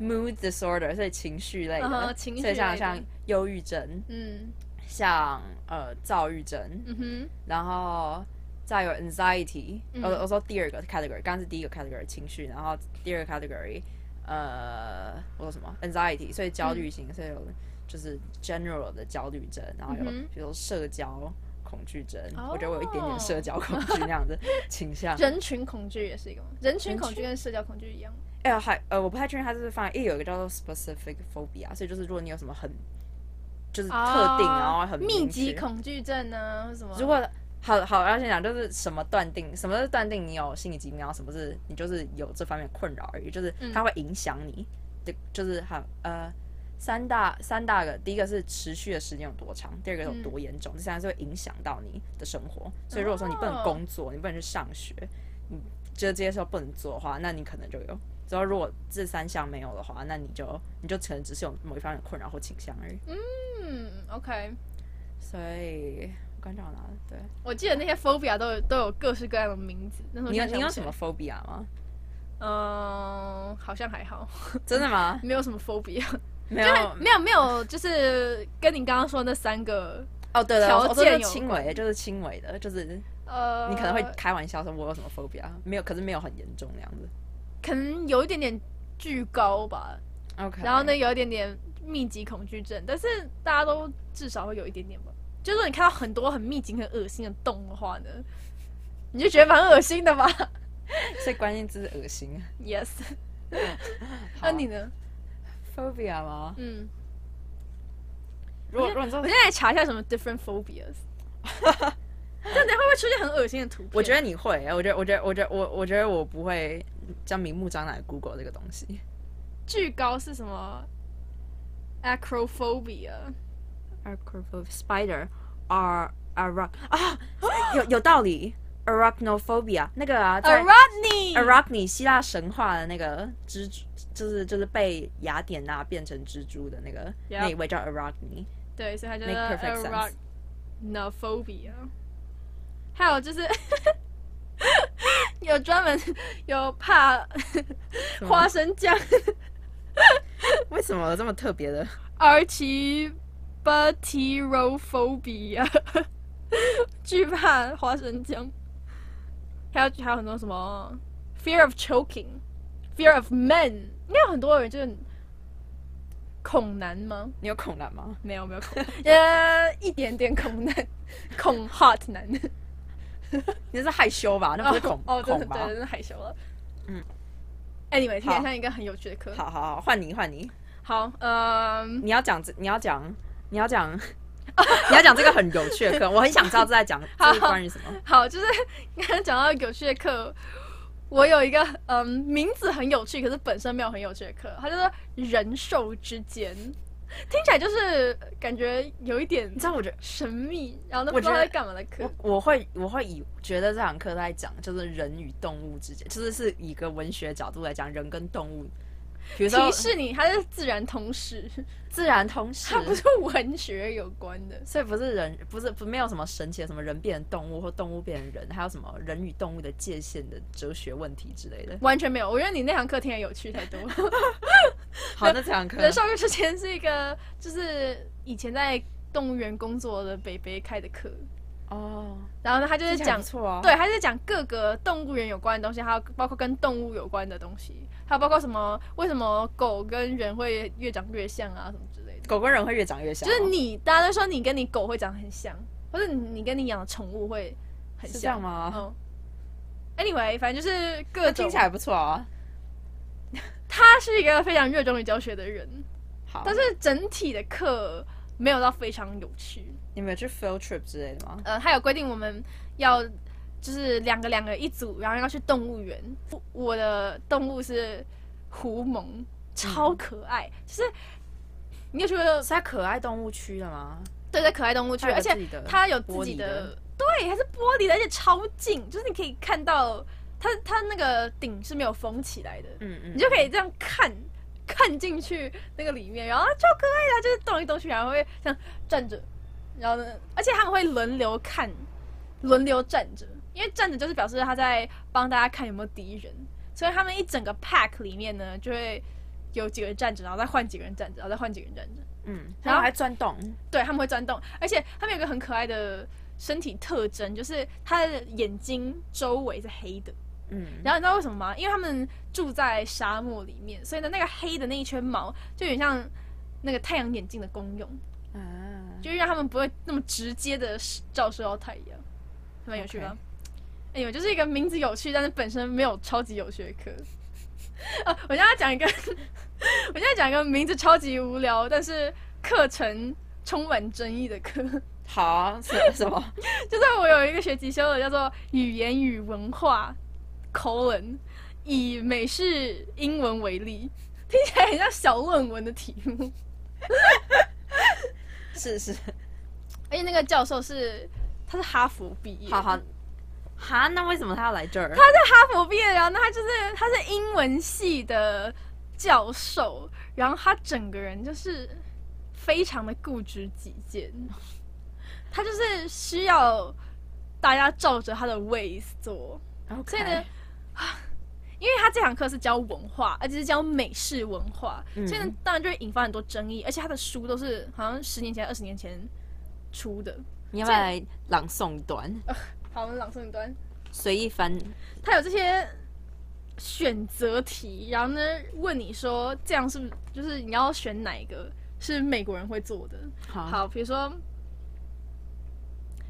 [SPEAKER 2] mood disorder，所以情绪类的
[SPEAKER 1] 嗯哼情绪
[SPEAKER 2] 所以像
[SPEAKER 1] 类的
[SPEAKER 2] 像忧郁症，
[SPEAKER 1] 嗯
[SPEAKER 2] 像呃躁郁症，
[SPEAKER 1] 嗯哼，
[SPEAKER 2] 然后再有 anxiety，、
[SPEAKER 1] 嗯
[SPEAKER 2] 我我说第二个 category，刚刚是第一个 category 情绪，然后第二个 category 呃我说什么 anxiety，所以
[SPEAKER 1] 嗯
[SPEAKER 2] 焦虑型，所以有就是 general 的焦虑症，然后有
[SPEAKER 1] 嗯哼
[SPEAKER 2] 比如说社交。恐惧症
[SPEAKER 1] 哦
[SPEAKER 2] 我觉得我有一点点社交恐惧那 样的倾向。
[SPEAKER 1] 人群恐惧也是一个吗？人群
[SPEAKER 2] 人
[SPEAKER 1] 恐惧
[SPEAKER 2] 群
[SPEAKER 1] 跟社交恐惧一样吗。
[SPEAKER 2] 哎、呀，还呃，我不太确定它是不是放在，因为有一个叫做 specific phobia，所以就是如果你有什么很就是特定，然后很
[SPEAKER 1] 啊密
[SPEAKER 2] 明
[SPEAKER 1] 集
[SPEAKER 2] 确。
[SPEAKER 1] 恐惧症呢？或什么？
[SPEAKER 2] 如果好好，要先讲就是什么断定，什么是断定你有心理疾病，然后什么是你就是有这方面困扰而已，就是
[SPEAKER 1] 嗯
[SPEAKER 2] 它会影响你，就就是很呃三大三大个，第一个是持续的时间有多长，第二个有
[SPEAKER 1] 嗯
[SPEAKER 2] 多严重，第三个是会影响到你的生活。所以如果说你不能
[SPEAKER 1] 哦
[SPEAKER 2] 工作，你不能去上学，你就这些时候不能做的话，那你可能就有。只要如果这三项没有的话，那你就你就可能只是有某一方面的困扰或倾向而已。
[SPEAKER 1] 嗯，OK，
[SPEAKER 2] 所以我刚讲到哪了？对。
[SPEAKER 1] 我记得那些 phobia 都有都有各式各样的名字。那时候
[SPEAKER 2] 你有
[SPEAKER 1] 想
[SPEAKER 2] 你有
[SPEAKER 1] 不起
[SPEAKER 2] 什
[SPEAKER 1] 来
[SPEAKER 2] 么？phobia 吗？
[SPEAKER 1] 嗯，好像还好，
[SPEAKER 2] 真的吗？
[SPEAKER 1] 没有什么 phobia，
[SPEAKER 2] 没有
[SPEAKER 1] 没有没有，就是跟你刚刚说那三个，
[SPEAKER 2] 哦，对对，
[SPEAKER 1] 条
[SPEAKER 2] 我我说
[SPEAKER 1] 件
[SPEAKER 2] 是
[SPEAKER 1] 有
[SPEAKER 2] 轻微，就是轻微的，就是你
[SPEAKER 1] 呃，
[SPEAKER 2] 可能会开玩笑说我有什么 phobia，没有，可是没有很严重那样子。
[SPEAKER 1] 可能有一点点巨高吧，
[SPEAKER 2] OK，
[SPEAKER 1] 然后呢，有一点点密集恐惧症，但是大家都至少会有一点点吧。就是说你看到很多很密集、很恶心的洞的话呢，你就觉得蛮恶心的吧
[SPEAKER 2] 所以关键字是恶 心。
[SPEAKER 1] ？Yes，
[SPEAKER 2] 嗯 好啊
[SPEAKER 1] 那你呢？
[SPEAKER 2] phobia 吗？
[SPEAKER 1] 嗯，
[SPEAKER 2] 如果如果你说
[SPEAKER 1] 我现，在来查一下什么 different phobias。这样等一下会不会出现很恶心的图片？
[SPEAKER 2] 我觉得你会，我觉得我觉得我觉得我我觉得我不会这样明目张胆地 Google 这个东西。
[SPEAKER 1] 巨高是什么？acrophobia。
[SPEAKER 2] Acrophobia spider are a rock 啊，有有道理。Arachnophobia 那个啊，在
[SPEAKER 1] Arachne。
[SPEAKER 2] Arachne 希腊神话的那个蜘蛛，就是就是被雅典娜变成蜘蛛的那个
[SPEAKER 1] Yeah
[SPEAKER 2] 那一位叫 Arachne。
[SPEAKER 1] 对，所以它叫
[SPEAKER 2] Make perfect sense.
[SPEAKER 1] arachnophobia。还有就是 有专门有怕花生酱
[SPEAKER 2] 为什么有这么特别的？
[SPEAKER 1] archibaterophobia，惧怕花生酱。还有还有很多什么 fear of choking，fear of men，应该有很多人就是恐男吗？
[SPEAKER 2] 你有恐男吗？
[SPEAKER 1] 没有没有恐， 呃，一点点恐男，恐 hot 男。
[SPEAKER 2] 你是害羞吧？那不是恐、
[SPEAKER 1] 哦，哦真的
[SPEAKER 2] 恐
[SPEAKER 1] 对，
[SPEAKER 2] 吧？
[SPEAKER 1] 真的害羞了。
[SPEAKER 2] 嗯
[SPEAKER 1] ，anyway，听起来
[SPEAKER 2] 好
[SPEAKER 1] 像一个很有趣的课。
[SPEAKER 2] 好好好，换你换你，
[SPEAKER 1] 好，嗯，
[SPEAKER 2] 你要讲这，你要讲，你要讲， 你要讲这个很有趣的课，我很想知道这在讲这是关于什么。
[SPEAKER 1] 好，就是 刚刚讲到有趣的课，我有一个嗯名字很有趣，可是本身没有很有趣的课，它叫做人兽之间，听起来就是感觉有一点
[SPEAKER 2] 你知道，我觉得
[SPEAKER 1] 神秘，然后都
[SPEAKER 2] 我
[SPEAKER 1] 不知道
[SPEAKER 2] 觉
[SPEAKER 1] 在
[SPEAKER 2] 得
[SPEAKER 1] 干嘛的课
[SPEAKER 2] 我。我会我会以觉得这堂课在讲就是人与动物之间，就是是以一个文学角度来讲人跟动物，比如说
[SPEAKER 1] 提示你，它是自然通识，
[SPEAKER 2] 自然通识，
[SPEAKER 1] 它不是文学有关的。
[SPEAKER 2] 所以不是人，不是不没有什么神奇的，什么人变成动物或动物变成人，还有什么人与动物的界限的哲学问题之类的。
[SPEAKER 1] 完全没有，我觉得你那堂课听起来有趣太多。
[SPEAKER 2] 好，那这堂课
[SPEAKER 1] 人兽日之前是一个，就是以前在动物园工作的北北开的课，
[SPEAKER 2] 哦，
[SPEAKER 1] 然后呢，他就是
[SPEAKER 2] 听起来
[SPEAKER 1] 讲
[SPEAKER 2] 不，错啊，
[SPEAKER 1] 对，，他就是讲各个动物园有关的东西，还有包括跟动物有关的东西，还有包括什么为什么狗跟人会越长越像啊，什么之类的。
[SPEAKER 2] 狗跟人会越长越像
[SPEAKER 1] 就
[SPEAKER 2] 哦，
[SPEAKER 1] 是你，大家都说你跟你狗会长得很像，或者你你跟你养的宠物会很
[SPEAKER 2] 是这样
[SPEAKER 1] 像？
[SPEAKER 2] 吗？
[SPEAKER 1] 嗯。Anyway，反正就是各
[SPEAKER 2] 那
[SPEAKER 1] 种
[SPEAKER 2] 听起，来不错啊。
[SPEAKER 1] 他是一个非常热衷于教学的人。
[SPEAKER 2] 好，
[SPEAKER 1] 但是整体的课没有到非常有趣。
[SPEAKER 2] 你们有去 field trip 之类的吗？
[SPEAKER 1] 呃，他有规定我们要就是两个两个一组，然后要去动物园。我我的动物是狐獴，超可爱，
[SPEAKER 2] 嗯
[SPEAKER 1] 就是你有去过
[SPEAKER 2] 是在可爱动物区的吗？
[SPEAKER 1] 对在可爱动物区，
[SPEAKER 2] 它有
[SPEAKER 1] 而且
[SPEAKER 2] 自己的
[SPEAKER 1] 它有自
[SPEAKER 2] 玻
[SPEAKER 1] 己
[SPEAKER 2] 璃的
[SPEAKER 1] 对，它是玻璃的，而且超近，就是你可以看到它它那个顶是没有封起来的，
[SPEAKER 2] 嗯嗯，
[SPEAKER 1] 你就可以这样看看进去那个里面，然后啊超可爱的，就是动来动去，然后会这样站着，然后呢，而且他们会轮流看，轮流站着，因为站着就是表示他在帮大家看有没有敌人，所以他们一整个 pack 里面呢，就会有几个人站着，然后再换几个人站着，然后再换几个人站着，
[SPEAKER 2] 嗯，
[SPEAKER 1] 然
[SPEAKER 2] 然
[SPEAKER 1] 后
[SPEAKER 2] 后还钻洞，
[SPEAKER 1] 对，他们会钻洞，而且他们有一个很可爱的身体特征，就是他的眼睛周围是黑的。
[SPEAKER 2] 嗯，
[SPEAKER 1] 然后你知道为什么吗？因为他们住在沙漠里面，所以呢，那个黑的那一圈毛就有点像那个太阳眼镜的功用，
[SPEAKER 2] 啊，
[SPEAKER 1] 就是让他们不会那么直接的照射到太阳，还蛮有趣吧？哎呦，就是一个名字有趣，但是本身没有超级有趣的 课。啊，我现在要讲一个， 我现在讲一个名字超级无聊，但是课程充满争议的课。
[SPEAKER 2] 好啊，是什么？
[SPEAKER 1] 就是我有一个学期修的叫做语言与文化 colon，以美式英文为例，听起来很像小论文的题目，
[SPEAKER 2] 是是，
[SPEAKER 1] 而且那个教授是他是哈佛毕业，
[SPEAKER 2] 好好，哈，那为什么他要来这儿？
[SPEAKER 1] 他在哈佛毕业，然后那他就是他是英文系的教授，然后他整个人就是非常的固执己 见，他就是需要大家照着他的 ways 做，
[SPEAKER 2] OK
[SPEAKER 1] 所以呢，啊因为他这堂课是教文化，而且是教美式文化，
[SPEAKER 2] 嗯
[SPEAKER 1] 所以呢，当然就会引发很多争议，而且他的书都是好像十年前、二十年前出的。
[SPEAKER 2] 你要不要来朗诵一段？
[SPEAKER 1] 好，我们朗诵一段。
[SPEAKER 2] 随意翻，
[SPEAKER 1] 他有这些选择题，然后呢问你说这样是不是就是你要选哪一个是美国人会做的？
[SPEAKER 2] 好，
[SPEAKER 1] 好，比如说，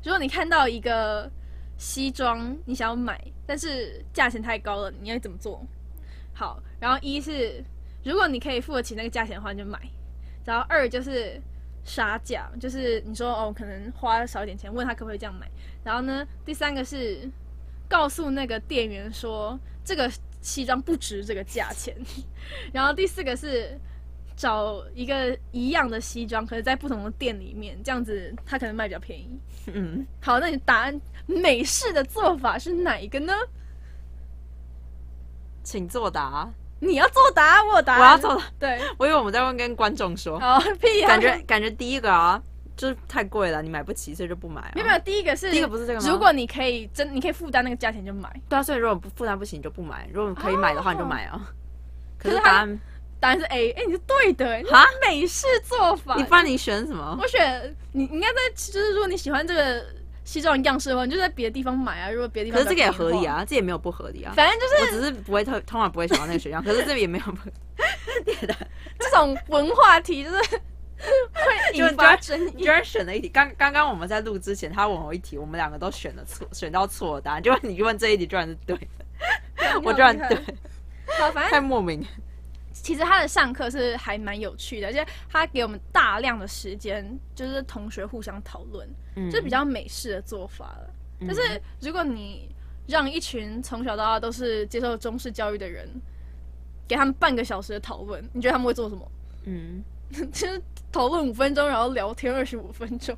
[SPEAKER 1] 如果你看到一个西装你想要买，但是价钱太高了，你要怎么做？好，然后一是如果你可以付得起那个价钱的话，你就买。然后二就是杀价，就是你说哦，可能花少一点钱，问他可不可以这样买。然后呢，第三个是告诉那个店员说这个西装不值这个价钱。 然后第四个是找一个一样的西装，可是在不同的店里面，这样子它可能卖比较便宜。
[SPEAKER 2] 嗯，
[SPEAKER 1] 好，那你答案美式的做法是哪一个呢？
[SPEAKER 2] 请作答。啊
[SPEAKER 1] 你要作答，我有答案。
[SPEAKER 2] 我要作答。
[SPEAKER 1] 对，
[SPEAKER 2] 我以为我们在问跟观众说，
[SPEAKER 1] 好屁啊！
[SPEAKER 2] 感觉感觉第一个啊，就是太贵了，你买不起，所以就不买、啊。
[SPEAKER 1] 没有没有，第一个是
[SPEAKER 2] 第一个不是这个吗
[SPEAKER 1] 如果你可以真，你可以负担那个价钱就买。
[SPEAKER 2] 对啊，所以如果不负担不起，你就不买；如果可以买的话，你就买啊。可
[SPEAKER 1] 可
[SPEAKER 2] 是
[SPEAKER 1] 是他
[SPEAKER 2] 答案，
[SPEAKER 1] 答案是 A，哎、你是对的、哎
[SPEAKER 2] 哈，
[SPEAKER 1] 你美式做法。
[SPEAKER 2] 你不然你选什么？
[SPEAKER 1] 我选你，你应该在就是如果你喜欢这个西装的样式的话，你就在别的地方买啊。如果别的地
[SPEAKER 2] 可
[SPEAKER 1] 方
[SPEAKER 2] 是这个也
[SPEAKER 1] 比较
[SPEAKER 2] 合
[SPEAKER 1] 便宜
[SPEAKER 2] 理
[SPEAKER 1] 的话，
[SPEAKER 2] 啊，这也没有不合理啊。
[SPEAKER 1] 反正就是
[SPEAKER 2] 我只是不会特通常不会想到那个 选项，可是这个也没有不
[SPEAKER 1] 这种文化题就是 会
[SPEAKER 2] 就
[SPEAKER 1] 引发
[SPEAKER 2] 就
[SPEAKER 1] 争
[SPEAKER 2] 你
[SPEAKER 1] 议
[SPEAKER 2] 居。然选了一题，刚刚刚我们在录之前，他问我一题，我们两个都选了错，选到错的答案。结果你问这一题居然是对哎的，我居然对，
[SPEAKER 1] 好，反
[SPEAKER 2] 太
[SPEAKER 1] 正
[SPEAKER 2] 莫名。
[SPEAKER 1] 其实他的上课是还蛮有趣的，而且他给我们大量的时间，就是同学互相讨论，
[SPEAKER 2] 嗯
[SPEAKER 1] 就是比较美式的做法了。嗯但是如果你让一群从小到大都是接受中式教育的人，给他们半个小时的讨论，你觉得他们会做什 么？
[SPEAKER 2] 嗯，
[SPEAKER 1] 就是讨论五分钟，然后聊天二十五分钟，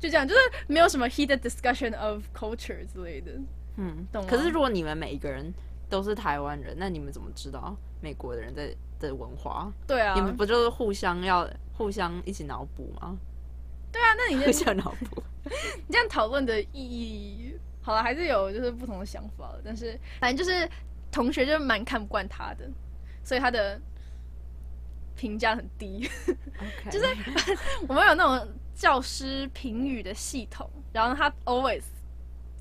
[SPEAKER 1] 就这样，就是没有什么 heated discussion of culture 之类的。
[SPEAKER 2] 嗯
[SPEAKER 1] 懂，吗
[SPEAKER 2] 可是如果你们每一个人都是台湾人，那你们怎么知道美国的人在的文化？
[SPEAKER 1] 对啊，
[SPEAKER 2] 你们不就是互相要互相一起脑补 吗？
[SPEAKER 1] 对啊，那你
[SPEAKER 2] 互
[SPEAKER 1] 这
[SPEAKER 2] 相脑补，
[SPEAKER 1] 你这样讨论的意义，好了，还是有就是不同的想法了，但是反正就是同学就蛮看不惯他的，所以他的评价很低。
[SPEAKER 2] 就是
[SPEAKER 1] 我们有那种教师评语的系统，然后他 always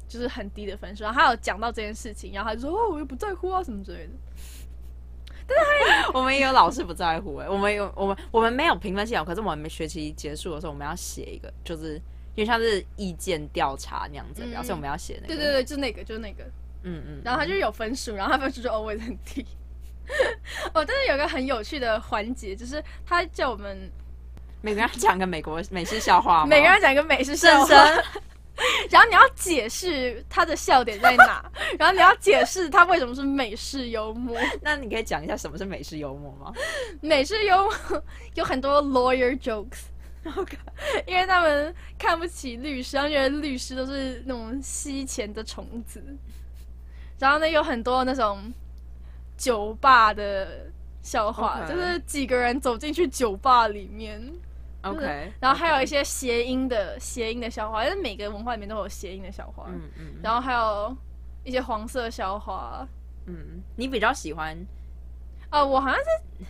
[SPEAKER 1] 就是很低的分数，然后他有讲到这件事情，然后他就说哦，我又不在乎啊什么之类的。
[SPEAKER 2] 我们也有老师不在乎哎、我们有我们我们没有评分系统，可是我们学期结束的时候，我们要写一个，就是因为像是意见调查那样子的表，
[SPEAKER 1] 嗯
[SPEAKER 2] 所以我们要写那
[SPEAKER 1] 对
[SPEAKER 2] 个，
[SPEAKER 1] 对对，就是那个，就是那个。
[SPEAKER 2] 嗯嗯，
[SPEAKER 1] 然后他就有分数，然后他分数就 always 很低。 哦，但是有个很有趣的环节，就是他叫我们
[SPEAKER 2] 每个人要讲个美国美式笑话 吗，
[SPEAKER 1] 每个人讲一个美式笑
[SPEAKER 2] 深
[SPEAKER 1] 话，
[SPEAKER 2] 深，
[SPEAKER 1] 然后你要解释他的笑点在 哪，然后你要解释他为什么是美式幽默。
[SPEAKER 2] 那你可以讲一下什么是美式幽默吗？
[SPEAKER 1] 美式幽默 有很多 lawyer jokes，因为他们看不起律师，他们觉得律师都是那种吸钱的虫子。然后呢，有很多那种酒吧的笑话
[SPEAKER 2] OK
[SPEAKER 1] 就是几个人走进去酒吧里面，
[SPEAKER 2] OK，
[SPEAKER 1] 然后还有一些谐音的谐音的笑话，因为每个文化里面都有谐音的笑话。
[SPEAKER 2] 嗯嗯
[SPEAKER 1] 然后还有一些黄色笑话。
[SPEAKER 2] 嗯，你比较喜欢
[SPEAKER 1] 啊，我好像是，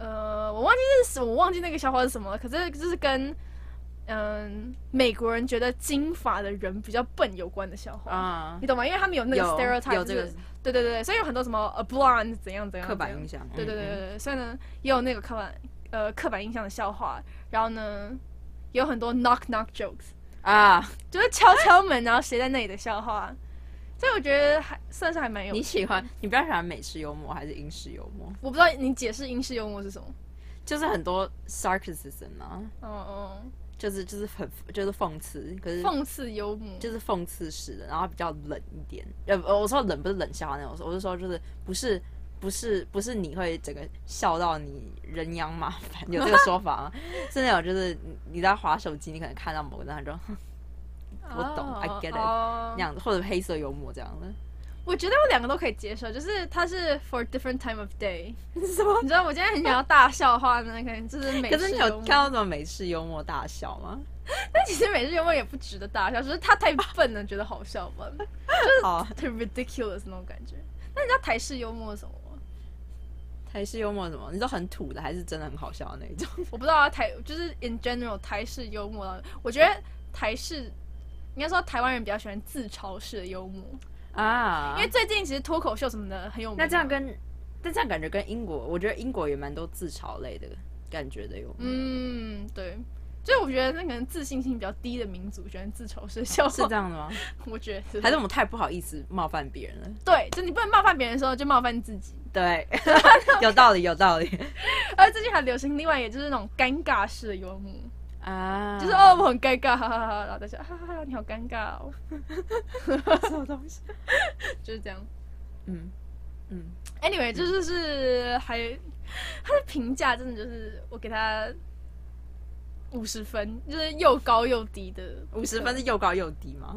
[SPEAKER 1] 呃，我忘记是什我忘记那个笑话是什么了。可是就是跟嗯美国人觉得金发的人比较笨有关的笑话，
[SPEAKER 2] 啊、
[SPEAKER 1] 你懂吗？因为他们有那个
[SPEAKER 2] 有
[SPEAKER 1] stereotype，
[SPEAKER 2] 有
[SPEAKER 1] 就是
[SPEAKER 2] 这个
[SPEAKER 1] 对对对，所以有很多什么 a blonde 怎样怎样
[SPEAKER 2] 刻板
[SPEAKER 1] 怎样
[SPEAKER 2] 印象，
[SPEAKER 1] 对对对
[SPEAKER 2] 嗯，
[SPEAKER 1] 对对，所以呢，也有那个刻板呃刻板印象的笑话，然后呢，也有很多 knock knock jokes，
[SPEAKER 2] 嗯啊，
[SPEAKER 1] 就是敲敲门然后谁在那里的笑话，所以我觉得还算是还蛮有
[SPEAKER 2] 你喜欢你比较喜欢美式幽默还是英式幽默？
[SPEAKER 1] 我不知道你解释英式幽默是什么。
[SPEAKER 2] 就是很多 sarcasm 啊，
[SPEAKER 1] 哦哦，
[SPEAKER 2] 就是就是很就是讽刺，可是
[SPEAKER 1] 讽刺幽默，
[SPEAKER 2] 就是讽刺式的，然后比较冷一点。呃，呃我说冷不是冷笑话那种，我是说就是不是不是不是你会整个笑到你人仰马翻，有这个说法吗？ 是那种就是你你在划手机，你可能看到某个男生我懂
[SPEAKER 1] 哦
[SPEAKER 2] I get it
[SPEAKER 1] 哦
[SPEAKER 2] 那样子，或者黑色幽默这样的。
[SPEAKER 1] 我觉得我两个都可以接受，就是它是 for different time of day。
[SPEAKER 2] 什么？
[SPEAKER 1] 你知道我今天很想要大笑的话呢，可能就是美
[SPEAKER 2] 可
[SPEAKER 1] 式
[SPEAKER 2] 是你
[SPEAKER 1] 幽
[SPEAKER 2] 有
[SPEAKER 1] 默
[SPEAKER 2] 看到什么美式幽默大笑吗？
[SPEAKER 1] 但其实美式幽默也不值得大笑，只是他太笨了，觉得好笑 吧，
[SPEAKER 2] 好，
[SPEAKER 1] 很 ridiculous 那种感觉。那你知道台式幽默是什么吗？
[SPEAKER 2] 台式幽默是什么？你说很土的，还是真的很好笑的那 一种？
[SPEAKER 1] 我不知道啊，台就是 in general 台式幽默啊，我觉得台式应该说台湾人比较喜欢自嘲式的幽默，
[SPEAKER 2] 啊
[SPEAKER 1] 因为最近其实脱口秀什么的很有名嘛。
[SPEAKER 2] 那这样跟，但这样感觉跟英国，我觉得英国也蛮多自嘲类的感觉的有。嗯，
[SPEAKER 1] 嗯，对，就是我觉得那可能自信心比较低的民族喜欢自嘲式的笑
[SPEAKER 2] 是
[SPEAKER 1] 话
[SPEAKER 2] 这，样的吗？
[SPEAKER 1] 我觉得
[SPEAKER 2] 还是我们太不好意思冒犯别人了？
[SPEAKER 1] 对，就你不能冒犯别人的时候就冒犯自己。
[SPEAKER 2] 对， 有道理，有道理
[SPEAKER 1] 而最近还流行另外一个就是那种尴尬式的幽默，
[SPEAKER 2] 啊！
[SPEAKER 1] 就是哦我很尴尬，哈哈哈哈，然后大家哈哈哈你好尴尬哦，
[SPEAKER 2] 什么东西？
[SPEAKER 1] 就是这样。
[SPEAKER 2] 嗯嗯，
[SPEAKER 1] Anyway，就是是还他的评价真的就是我给他五十分，就是又高又低的
[SPEAKER 2] 五十分。是又高又低吗？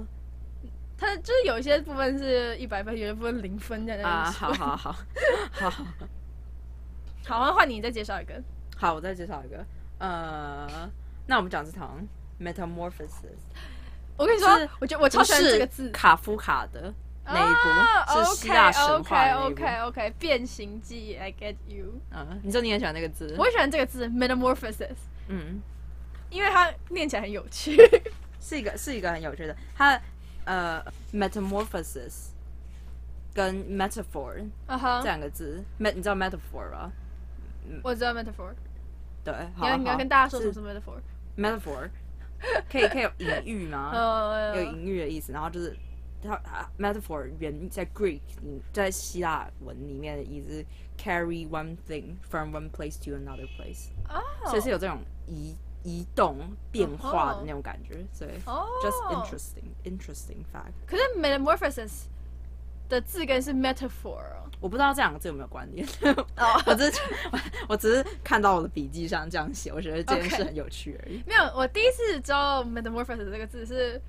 [SPEAKER 1] 他就是有一些部分是一百分，有些部分零分在那里。
[SPEAKER 2] 啊，好好 好好好
[SPEAKER 1] 好，那换你再介绍一个。
[SPEAKER 2] 好，我再介绍一个，呃，那我们讲这堂 metamorphosis。
[SPEAKER 1] 我跟你
[SPEAKER 2] 是
[SPEAKER 1] 说，我觉得我超
[SPEAKER 2] 不
[SPEAKER 1] 喜欢这个
[SPEAKER 2] 是
[SPEAKER 1] 字。
[SPEAKER 2] 卡夫卡的那一部，
[SPEAKER 1] 啊
[SPEAKER 2] 是希腊神话的那一部。
[SPEAKER 1] OK OK OK，变形记，I get you。
[SPEAKER 2] 嗯，你说你很喜欢那个字
[SPEAKER 1] 我，很喜欢这个字 metamorphosis，
[SPEAKER 2] 嗯，
[SPEAKER 1] 因为它念起来很有 趣。
[SPEAKER 2] 是一个是一个很有趣的，它呃 metamorphosis 跟 metaphor
[SPEAKER 1] 啊
[SPEAKER 2] 这
[SPEAKER 1] 哈，
[SPEAKER 2] 两个字，met 你知道 metaphor 吧？
[SPEAKER 1] 我知道 metaphor。
[SPEAKER 2] 对，
[SPEAKER 1] 你
[SPEAKER 2] 好，啊
[SPEAKER 1] 要你要
[SPEAKER 2] 好
[SPEAKER 1] 跟大家说什
[SPEAKER 2] 是
[SPEAKER 1] 么是 metaphor？
[SPEAKER 2] metaphor，可以可以有隐喻吗？
[SPEAKER 1] 呃
[SPEAKER 2] 有隐喻的意思，然后就是。它啊 metaphor 原在 Greek 嗯在希腊文里面的意思是 carry one thing from one place to another place，
[SPEAKER 1] 哦
[SPEAKER 2] 所以是有这种移移动变化的那种感觉，所以
[SPEAKER 1] 哦
[SPEAKER 2] just interesting interesting fact。
[SPEAKER 1] 可是 metamorphosis 的字根是 metaphor 哦
[SPEAKER 2] 我不知道这两个字有没有关联， 我只是我我只是看到我的笔记上这样写，我觉得这件
[SPEAKER 1] OK
[SPEAKER 2] 事很有趣而已。
[SPEAKER 1] 没有，我第一次知道 metamorphosis 这个字是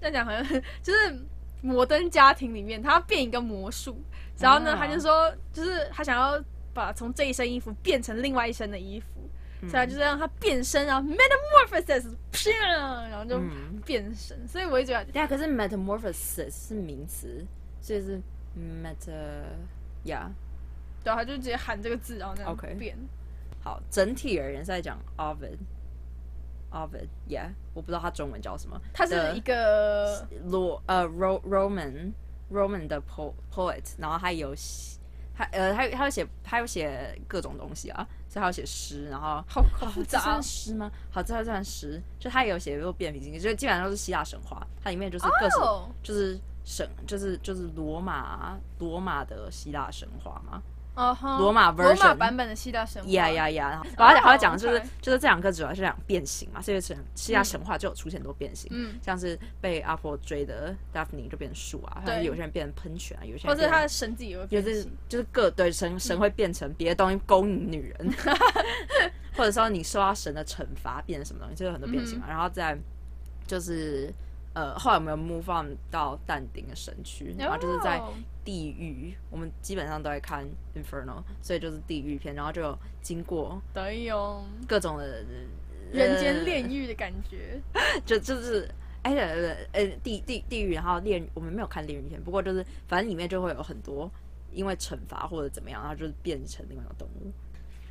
[SPEAKER 1] 这样讲，好像就是《摩登家庭》里面他要变一个魔术，然后呢，
[SPEAKER 2] 啊
[SPEAKER 1] 他就说，就是他想要把从这一身衣服变成另外一身的衣服，
[SPEAKER 2] 嗯
[SPEAKER 1] 所以他就是让他变身，然后 metamorphosis，啪然后就
[SPEAKER 2] 嗯
[SPEAKER 1] 变身。所以我一直觉得
[SPEAKER 2] 对啊，可是 metamorphosis 是名词，所以是 meta yeah。
[SPEAKER 1] 对啊，他就直接喊这个字，然后那样
[SPEAKER 2] OK
[SPEAKER 1] 变。
[SPEAKER 2] 好，整体而言是在讲 Ovid。Ovid, yeah，我不知道它中文叫什么。
[SPEAKER 1] 他是
[SPEAKER 2] 的
[SPEAKER 1] 一个
[SPEAKER 2] 罗呃 Ro Roman Roman 的 po poet，然后他有写他呃他有他有写他有写各种东西啊，所以他有写诗，然后
[SPEAKER 1] 好好复
[SPEAKER 2] 这
[SPEAKER 1] 杂
[SPEAKER 2] 算
[SPEAKER 1] 哦，
[SPEAKER 2] 诗吗？好，这算诗，就他有写过变形金刚，就基本上都是希腊神话，它里面就是各种、
[SPEAKER 1] 哦
[SPEAKER 2] 就是神就是就是罗马罗马的希腊神话嘛，
[SPEAKER 1] 哦哈
[SPEAKER 2] 罗马
[SPEAKER 1] 罗马
[SPEAKER 2] version
[SPEAKER 1] 版本的希腊神话。
[SPEAKER 2] 呀呀呀！然
[SPEAKER 1] 哦
[SPEAKER 2] 后然后他还会讲，就是、
[SPEAKER 1] OK
[SPEAKER 2] 就是这两个主要是讲变形嘛，所以神希腊神话就有出现很多变形，
[SPEAKER 1] 嗯
[SPEAKER 2] 像是被阿婆追的达芙妮就变树啊，
[SPEAKER 1] 对
[SPEAKER 2] 还有有些人变喷泉啊，有些
[SPEAKER 1] 或
[SPEAKER 2] 人
[SPEAKER 1] 者
[SPEAKER 2] 变
[SPEAKER 1] 他的神自己也会
[SPEAKER 2] 有
[SPEAKER 1] 变
[SPEAKER 2] 些
[SPEAKER 1] 形。
[SPEAKER 2] 就是各对神神会变成别的东西勾引女 人，或者说你受到神的惩罚变成什么东西，就有很多变
[SPEAKER 1] 嗯
[SPEAKER 2] 形嘛。然后再就是呃，后来我们有 move on 到但丁的神区，然后就是在
[SPEAKER 1] 哦
[SPEAKER 2] 地狱，我们基本上都在看 Inferno，所以就是地狱片，然后就有经过
[SPEAKER 1] 对哟，
[SPEAKER 2] 各种的
[SPEAKER 1] 哦 人间炼狱的感觉。
[SPEAKER 2] 呃，就就是。哎呃呃，地地地狱，然后炼，我们没有看炼狱片，不过就是反正里面就会有很多因为惩罚或者怎么样，然后就是变成另外一个动物。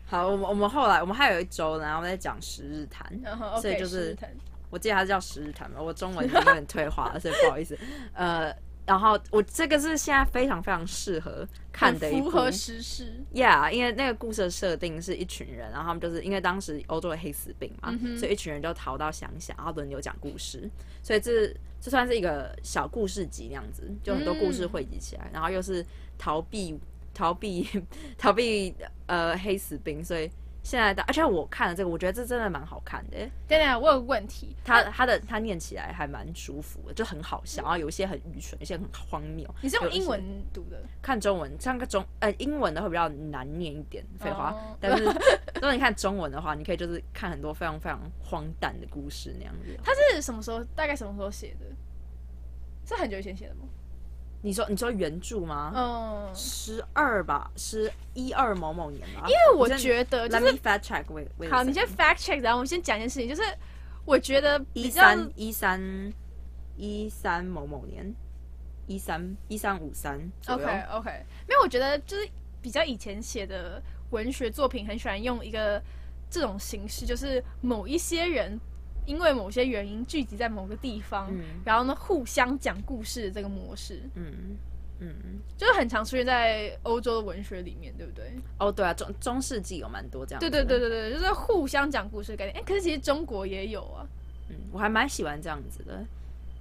[SPEAKER 2] 好，我们我们后来我们还有一周呢，然后我们在讲十日谈，
[SPEAKER 1] 然后
[SPEAKER 2] 所以
[SPEAKER 1] OK，
[SPEAKER 2] 就是
[SPEAKER 1] 石头
[SPEAKER 2] 我记得它是叫十日谈吧，我中文已经有点退化了，所以不好意思。呃，然后我这个是现在非常非常适合看的一
[SPEAKER 1] 很
[SPEAKER 2] 部
[SPEAKER 1] 符合时事。
[SPEAKER 2] Yeah，因为那个故事的设定是一群人，然后他们就是因为当时欧洲有黑死病嘛，
[SPEAKER 1] 嗯哼
[SPEAKER 2] 所以一群人就逃到乡下，然后轮流讲故事，所以这这算是一个小故事集那样子，就很多故事汇集起
[SPEAKER 1] 嗯
[SPEAKER 2] 来，然后又是逃避逃避逃避呃黑死病，所以现在的，而且我看了这个，我觉得这真的蛮好看的。
[SPEAKER 1] 等等，我有个问题，
[SPEAKER 2] 他他的他念起来还蛮舒服的，就很好笑，然后有一些很愚蠢，有一些很荒谬。
[SPEAKER 1] 你是
[SPEAKER 2] 有
[SPEAKER 1] 用
[SPEAKER 2] 一些
[SPEAKER 1] 英文读的？
[SPEAKER 2] 看中文，像个中呃英文的会比较难念一点，废话。
[SPEAKER 1] 哦
[SPEAKER 2] 但是如果你看中文的话，你可以就是看很多非常非常荒诞的故事那样子。
[SPEAKER 1] 他是什么时候？大概什么时候写的？是很久以前写的吗？
[SPEAKER 2] 你说你说原著吗？
[SPEAKER 1] 嗯，
[SPEAKER 2] 十二、吧，十一二某某年吧。因
[SPEAKER 1] 因为我觉得就
[SPEAKER 2] Let
[SPEAKER 1] 是
[SPEAKER 2] me fact check wait wait a
[SPEAKER 1] 好，你
[SPEAKER 2] second
[SPEAKER 1] 先 fact check，然后我们先讲一件事情，就是我觉得
[SPEAKER 2] 一
[SPEAKER 1] 比较
[SPEAKER 2] 三一三一三某某年，一三一三五三左右。
[SPEAKER 1] OK OK，没有，我觉得就是比较以前写的文学作品，很喜欢用一个这种形式，就是某一些人因为某些原因聚集在某个地方，
[SPEAKER 2] 嗯
[SPEAKER 1] 然后呢互相讲故事的这个模式，
[SPEAKER 2] 嗯嗯，
[SPEAKER 1] 就是很常出现在欧洲的文学里面，对不对？
[SPEAKER 2] 哦对啊，中中世纪有蛮多这样。
[SPEAKER 1] 对对对，对对，就是互相讲故事的概念。哎，可是其实中国也有啊，
[SPEAKER 2] 嗯，我还蛮喜欢这样子的，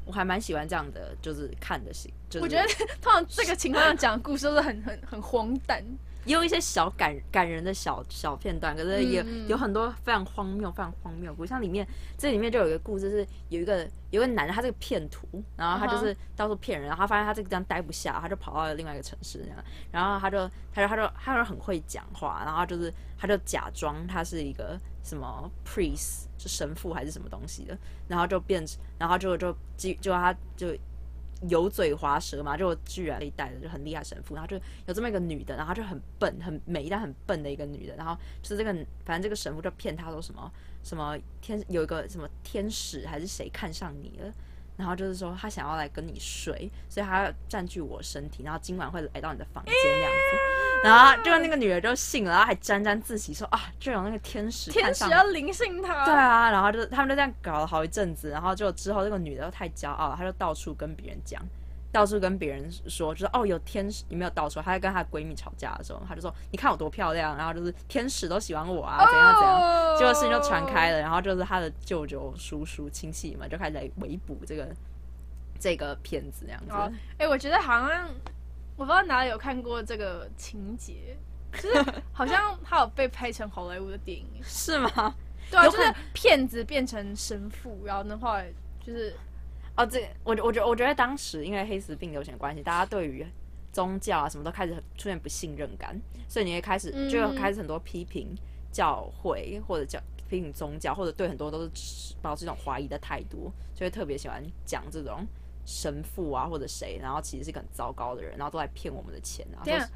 [SPEAKER 2] 我还蛮喜欢这样的，就是看的戏，就是
[SPEAKER 1] 我觉得通常这个情况下讲的故事都是很很很荒诞。
[SPEAKER 2] 也有一些小感感人的小小片段，可是也、
[SPEAKER 1] 嗯嗯
[SPEAKER 2] 有很多非常荒谬、非常荒谬的故事。像里面这里面就有一个故事是有一个有一个男的，他是个骗徒，然后他就是到处骗人，然后他发现他这个地方待不下，他就跑到另外一个城市这样，然后他就他就他就他就很会讲话，然后就是他就假装他是一个什么 priest，就神父还是什么东西的，然后就变，然后就就就就他就油嘴滑舌嘛，就居然被带的就很厉害神父，然后就有这么一个女的，然后就很笨，很美但很笨的一个女的，然后就是这个反正这个神父就骗她说什么什么天有一个什么天使还是谁看上你了。然后就是说，他想要来跟你睡，所以他要占据我身体，然后今晚会来到你的房间那样子。然后就那个女的就信了，然后还沾沾自喜说啊，就有那个天使看
[SPEAKER 1] 天使
[SPEAKER 2] 上
[SPEAKER 1] 要灵性他，
[SPEAKER 2] 对啊，然后就他们就这样搞了好一阵子，然后就之后这个女的又太骄傲了，她就到处跟别人讲，到处跟别人说，就是哦有天使，你没有到处，她在跟她闺蜜吵架的时候，她就说你看我多漂亮，然后就是天使都喜欢我啊，怎样怎样。
[SPEAKER 1] 哦
[SPEAKER 2] 结果事情就传开了，然后就是她的舅舅、叔叔、亲戚们就开始来围捕这个这个骗子这样子。
[SPEAKER 1] 哦哎、我觉得好像我不知道哪里有看过这个情节，就是好像还有被拍成好莱坞的电影。
[SPEAKER 2] 是吗？
[SPEAKER 1] 对啊，
[SPEAKER 2] 有
[SPEAKER 1] 就
[SPEAKER 2] 可
[SPEAKER 1] 是
[SPEAKER 2] 能
[SPEAKER 1] 骗子变成神父，然后呢后来就是
[SPEAKER 2] 哦，这我觉我觉我觉得当时因为黑死病流行的关系，大家对于宗教啊什么都开始出现不信任感，所以你也开始
[SPEAKER 1] 嗯
[SPEAKER 2] 就有开始很多批评教会或者教批评宗教，或者对很多都是持保持一种怀疑的态度，就会特别喜欢讲这种神父啊或者谁，然后其实是一个很糟糕的人，然后都来骗我们的钱啊。
[SPEAKER 1] 这样
[SPEAKER 2] 说。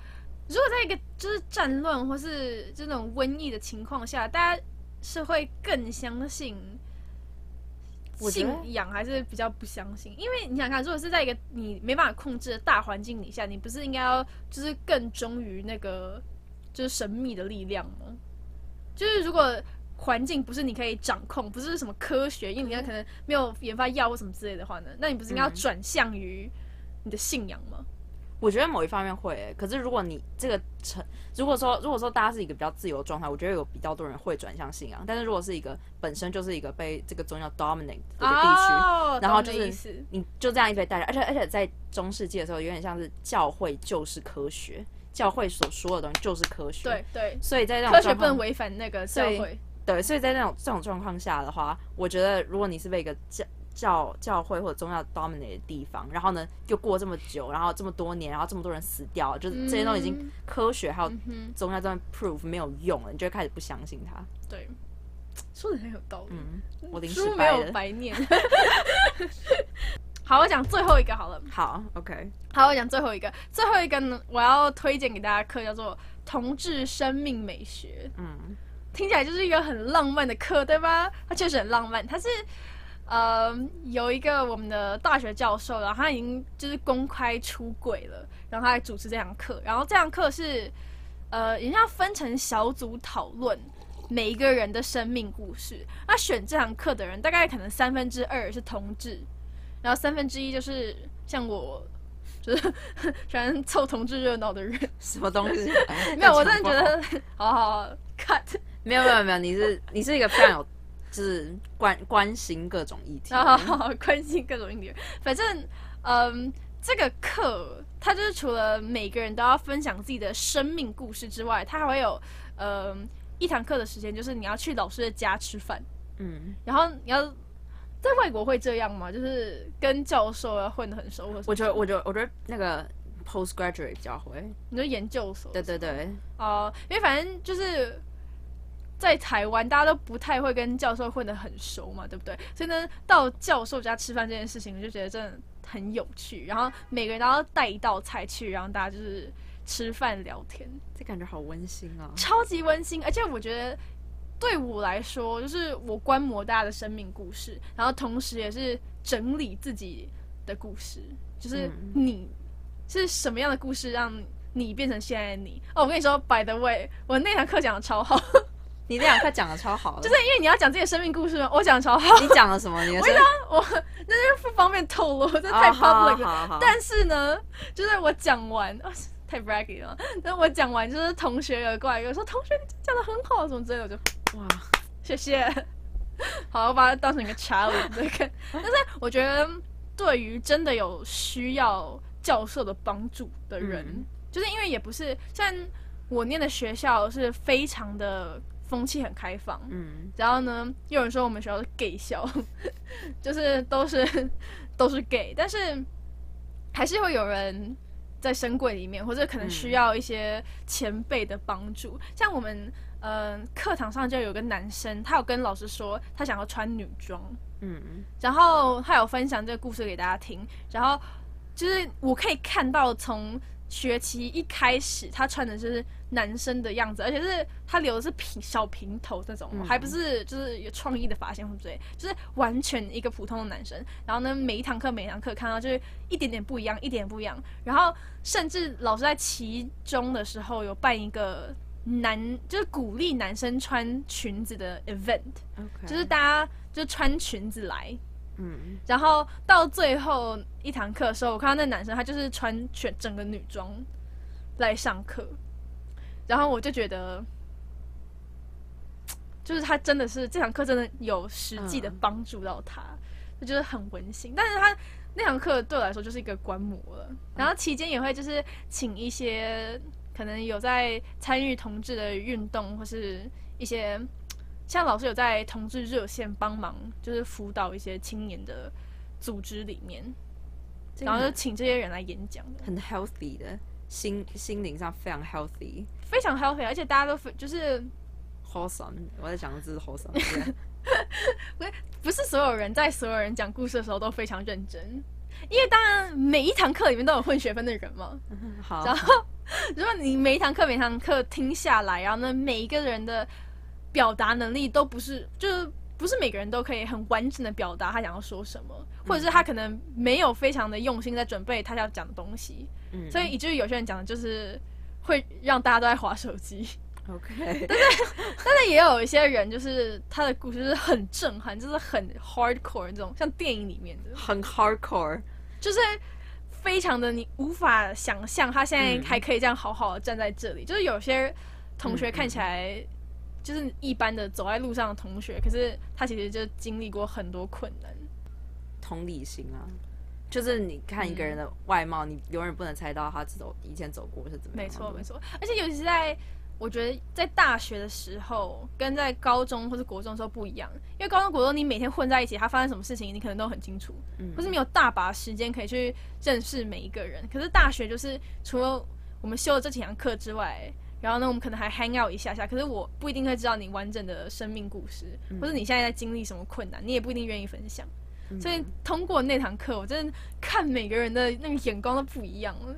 [SPEAKER 1] 如果在一个就是战乱或是这种瘟疫的情况下，大家是会更相信
[SPEAKER 2] 我觉
[SPEAKER 1] 信
[SPEAKER 2] 得
[SPEAKER 1] 仰，还是比较不相信？因为你想想看，如果是在一个你没办法控制的大环境底下，你不是应该要就是更忠于那个就是神秘的力量吗？就是如果环境不是你可以掌控，不是什么科学，因为你可能没有研发药或什么之类的话呢，那你不是应该要
[SPEAKER 2] 嗯
[SPEAKER 1] 转向于你的信仰吗？
[SPEAKER 2] 我觉得某一方面会、可是如果你这个成，如果说如果说大家是一个比较自由的状态，我觉得有比较多人会转向信仰。但是如果是一个本身就是一个被这个宗教 dominate 的一个地区
[SPEAKER 1] 哦
[SPEAKER 2] 然后
[SPEAKER 1] 懂
[SPEAKER 2] 就
[SPEAKER 1] 你的
[SPEAKER 2] 是
[SPEAKER 1] 意思
[SPEAKER 2] 你就这样一被带着，而且而且在中世纪的时候，有点像是教会就是科学，教会所说的东西就是科学。
[SPEAKER 1] 对，对，
[SPEAKER 2] 所以在那种
[SPEAKER 1] 科学
[SPEAKER 2] 状
[SPEAKER 1] 不能
[SPEAKER 2] 况
[SPEAKER 1] 违反那个社会。
[SPEAKER 2] 对，所以在那种这种状况下的话，我觉得如果你是被一个教教教会或者宗教 dominate 的地方，然后呢又过这么久，然后这么多年，然后这么多人死掉，就是这些都已经
[SPEAKER 1] 嗯
[SPEAKER 2] 科学还有
[SPEAKER 1] 嗯哼，
[SPEAKER 2] 宗教这样 proof 没有用了，你就会开始不相信它。
[SPEAKER 1] 对，说的很有道理。
[SPEAKER 2] 嗯，我临时
[SPEAKER 1] 书没
[SPEAKER 2] 掰
[SPEAKER 1] 有
[SPEAKER 2] 了。
[SPEAKER 1] 白念。 好，我讲最后一个好了。
[SPEAKER 2] 好，OK，
[SPEAKER 1] 好，我讲最后一个。最后一个呢，我要推荐给大家课叫做《同志生命美学》。
[SPEAKER 2] 嗯，
[SPEAKER 1] 听起来就是一个很浪漫的课，对吧？它确实很浪漫，它是。呃，有一个我们的大学教授，然后他已经就是公开出轨了，然后他来主持这堂课，然后这堂课是呃，人家分成小组讨论每一个人的生命故事。那选这堂课的人，大概可能三分之二是同志，然后三分之一就是像我，就是 喜欢凑同志热闹的 人。
[SPEAKER 2] 什么东西？
[SPEAKER 1] 没有，我真的觉得， 好好好 cut。
[SPEAKER 2] 没有没有没有，你是你是一个非常有就是关关心各种议题的人。
[SPEAKER 1] 然后关心各种议题。反正，嗯，这个课它就是除了每个人都要分享自己的生命故事之外，它还会有，嗯，一堂课的时间就是你要去老师的家吃饭，
[SPEAKER 2] 嗯，
[SPEAKER 1] 然后你要在外国会这样吗？就是跟教授要混得很熟，或者
[SPEAKER 2] 我觉得，我觉得，我觉得那个 postgraduate 比较会，
[SPEAKER 1] 你说研究所，
[SPEAKER 2] 对对对，
[SPEAKER 1] 哦、因为反正就是在台湾，大家都不太会跟教授混得很熟嘛，对不对？所以呢，到教授家吃饭这件事情，我就觉得真的很有趣。然后每个人都要带一道菜去，然后大家就是吃饭聊天，
[SPEAKER 2] 这感觉好温馨啊。
[SPEAKER 1] 超级温馨。而且我觉得对我来说，就是我观摩大家的生命故事，然后同时也是整理自己的故事，就是
[SPEAKER 2] 嗯
[SPEAKER 1] 你、是什么样的故事让。你变成现在的你哦，我跟你说，by the way，我那堂课讲的超好，
[SPEAKER 2] 你那两课讲的超好的，就
[SPEAKER 1] 就是因为你要讲自己的生命故事嘛，我讲得超好，
[SPEAKER 2] 你讲了什么？你的是
[SPEAKER 1] 不方便透露，这
[SPEAKER 2] 哦
[SPEAKER 1] 太 public 了。
[SPEAKER 2] 好好好
[SPEAKER 1] 但是呢，就是我讲完， 啊太 braggy 了。但我讲完，就是同学有过来跟我说：“同学，你讲的很好，什么之类的。”我就
[SPEAKER 2] 哇，
[SPEAKER 1] 谢谢。好，我把它当成一个 challenge 在看。但是我觉得，对于真的有需要教授的帮助的人，
[SPEAKER 2] 嗯
[SPEAKER 1] 就是因为也不是像我念的学校是非常的风气很开放，
[SPEAKER 2] 嗯，
[SPEAKER 1] 然后呢，又有人说我们学校是 gay 校， 就是都是都是 gay，但是还是会有人在深柜里面，或者可能需要一些前辈的帮助。像我们嗯、呃课堂上就有个男生，他有跟老师说他想要穿女装，
[SPEAKER 2] 嗯，
[SPEAKER 1] 然后他有分享这个故事给大家听，然后就是我可以看到从学期一开始他穿的就是男生的样子，而且是他留的是平小平头那种，
[SPEAKER 2] 嗯
[SPEAKER 1] 还不是就是有创意的发型或者之类，就是完全一个普通的男生。然后呢，每一堂课每一堂课看到就是一点点不一样，一点不一样。然后甚至老师在期中的时候有办一个男，就是鼓励男生穿裙子的 event，
[SPEAKER 2] ，OK，
[SPEAKER 1] 就是大家就穿裙子来，
[SPEAKER 2] 嗯，
[SPEAKER 1] 然后到最后一堂课的时候，我看到那男生他就是穿全整个女装来上课，然后我就觉得，就是他真的是这堂课真的有实际的
[SPEAKER 2] 嗯
[SPEAKER 1] 帮助到他，我觉得很温馨。但是他那堂课对我来说就是一个观摩了，然后期间也会就是请一些可能有在参与同志的运动或是一些像老师有在同志热线帮忙，就是辅导一些青年的组织里面，
[SPEAKER 2] 这个
[SPEAKER 1] 然后就请这些人来演讲，
[SPEAKER 2] 很 healthy 的心心灵上非常 healthy。
[SPEAKER 1] 非常 healthy，而且大家都非就是。
[SPEAKER 2] wholesome，我在讲的字是 wholesome，对
[SPEAKER 1] 不是所有人在所有人讲故事的时候都非常认真，因为当然每一堂课里面都有混学分的人嘛。
[SPEAKER 2] 好，
[SPEAKER 1] 然后，如果你每一堂课每一堂课听下来，然后呢，每一个人的表达能力都不是，就是不是每个人都可以很完整的表达他想要说什么，或者是他可能没有非常的用心在准备他要讲的东西，
[SPEAKER 2] 嗯
[SPEAKER 1] 所以以至于有些人讲的就是会让大家都在划手机。
[SPEAKER 2] OK，
[SPEAKER 1] 但也有一些人，就是他的故事就是很震撼，就是很 hardcore 那种，像电影里面的，
[SPEAKER 2] 很 hardcore，
[SPEAKER 1] 就是非常的你无法想象，他现在还可以这样好好的站在这里。就是有些同学看起来就是一般的走在路上的同学，可是他其实就经历过很多困难。
[SPEAKER 2] 同理心啊，就是你看一个人的外貌，你永远不能猜到他走以前走过是怎么样。
[SPEAKER 1] 没错，没，错。而且尤其是在我觉得在大学的时候，跟在高中或是国中的时候不一样，因为高中国中你每天混在一起，他发生什么事情你可能都很清楚，
[SPEAKER 2] 嗯
[SPEAKER 1] 可是你有大把时间可以去认识每一个人。可是大学就是除了我们修了这几堂课之外。然后呢，我们可能还 hang out 一下下，可是我不一定会知道你完整的生命故事，
[SPEAKER 2] 嗯
[SPEAKER 1] 或者你现在在经历什么困难，你也不一定愿意分享。所以通过那堂课，我真的看每个人的那个眼光都不一样了。